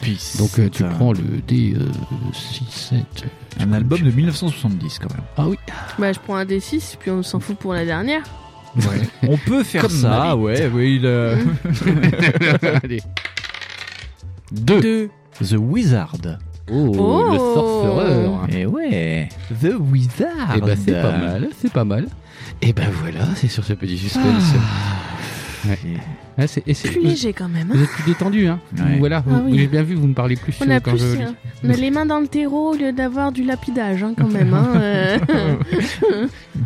Speaker 4: pistes.
Speaker 3: Donc euh, tu prends le euh, D 6, 7.
Speaker 4: un album de 1970
Speaker 3: <laughs>
Speaker 4: quand même.
Speaker 3: Ah oui.
Speaker 2: Bah, je prends un D6, puis on s'en fout pour la dernière.
Speaker 4: On peut faire
Speaker 3: Comme ma
Speaker 4: ça, ouais, oui. le-
Speaker 3: <laughs> Allez.
Speaker 4: Deux. The Wizard.
Speaker 3: Oh,
Speaker 2: Oh.
Speaker 3: le sorcereur.
Speaker 4: Et ouais. The Wizard.
Speaker 3: Ah. Eh ben c'est pas mal, c'est pas mal. Et ben voilà, c'est sur ce petit
Speaker 4: Ah.
Speaker 3: suspense. Ouais. Ah, c'est- et c'est-
Speaker 2: Plus léger quand même. hein.
Speaker 3: Vous êtes plus détendu, hein
Speaker 4: Ouais.
Speaker 3: Voilà,
Speaker 2: Ah oui.
Speaker 3: j'ai bien vu, vous me parlez plus
Speaker 2: On
Speaker 3: euh,
Speaker 2: a
Speaker 3: quand
Speaker 2: plus,
Speaker 3: je lis.
Speaker 2: hein, on a les mains dans le terreau au lieu d'avoir du lapidage hein, quand même. hein, <laughs> euh.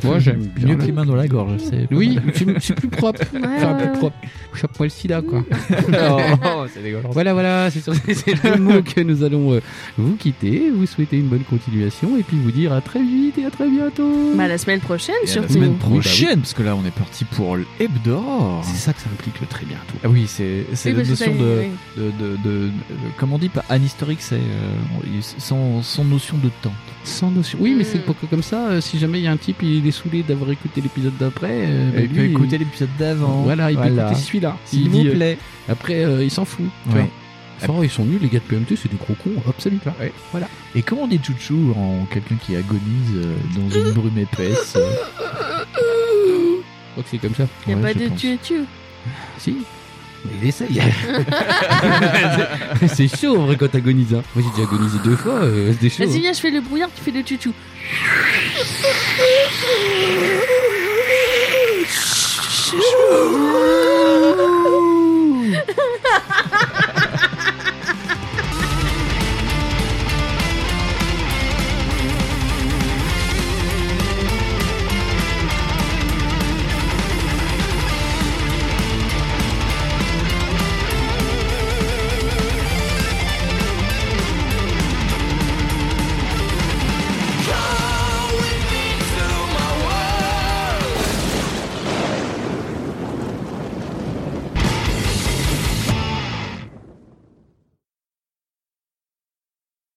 Speaker 3: Moi, j'aime bien.
Speaker 4: Mieux que les mains dans la gorge, c'est. pas
Speaker 3: Oui,
Speaker 4: mal.
Speaker 3: c'est- c'est plus propre.
Speaker 2: Ouais,
Speaker 3: Enfin,
Speaker 2: ouais,
Speaker 3: plus
Speaker 2: ouais.
Speaker 3: propre. Chope-moi le sida, quoi. Oh, c'est dégueulasse. Voilà, voilà, c'est sur ces deux mots que nous allons euh, vous quitter, vous souhaiter une bonne continuation et puis vous dire à très vite et à très bientôt.
Speaker 2: Bah, la semaine prochaine,
Speaker 4: Et à la
Speaker 2: surtout.
Speaker 4: semaine
Speaker 3: bah oui.
Speaker 4: prochaine, parce que là on est parti pour l'hebdor.
Speaker 3: C'est ça que ça implique le très bientôt.
Speaker 4: Ah oui, c'est c'est
Speaker 2: Oui,
Speaker 4: la
Speaker 2: parce que
Speaker 4: notion
Speaker 2: ça-
Speaker 4: de,
Speaker 2: oui.
Speaker 4: de, de, de- de- comment on dit, pas anhistorique, c'est euh, il- sans, sans notion de temps.
Speaker 3: Sans notion. Oui, mais c'est
Speaker 2: Mm.
Speaker 3: pour que comme ça, euh, si jamais il y a un type, il est saoulé d'avoir écouté l'épisode d'après. euh, bah,
Speaker 4: Eh, Il peut
Speaker 3: lui, euh,
Speaker 4: écouter l'épisode d'avant.
Speaker 3: Voilà, il peut écouter celui-là.
Speaker 4: S'il
Speaker 3: Il dit,
Speaker 4: vous
Speaker 3: euh,
Speaker 4: plaît.
Speaker 3: Après, euh, il s'en fout. tu
Speaker 4: Ouais.
Speaker 3: vois. Enfin, oh, ils sont nuls, les gars de PMT, c'est des gros cons. Hop, salut. Ouais, Voilà.
Speaker 4: Et comment on dit chouchou en quelqu'un qui agonise euh, dans une brume épaisse euh,
Speaker 3: Je crois que c'est comme ça.
Speaker 2: Y a
Speaker 4: ouais,
Speaker 2: pas
Speaker 4: je
Speaker 2: de
Speaker 4: pense.
Speaker 2: tu tu.
Speaker 3: Si. Mais il essaye. <laughs> c'est chaud en vrai quand t'agonises. Hein. Moi j'ai déjà agonisé deux fois, euh, c'est des choses.
Speaker 2: Vas-y, viens, je fais le brouillard, tu fais le tutu.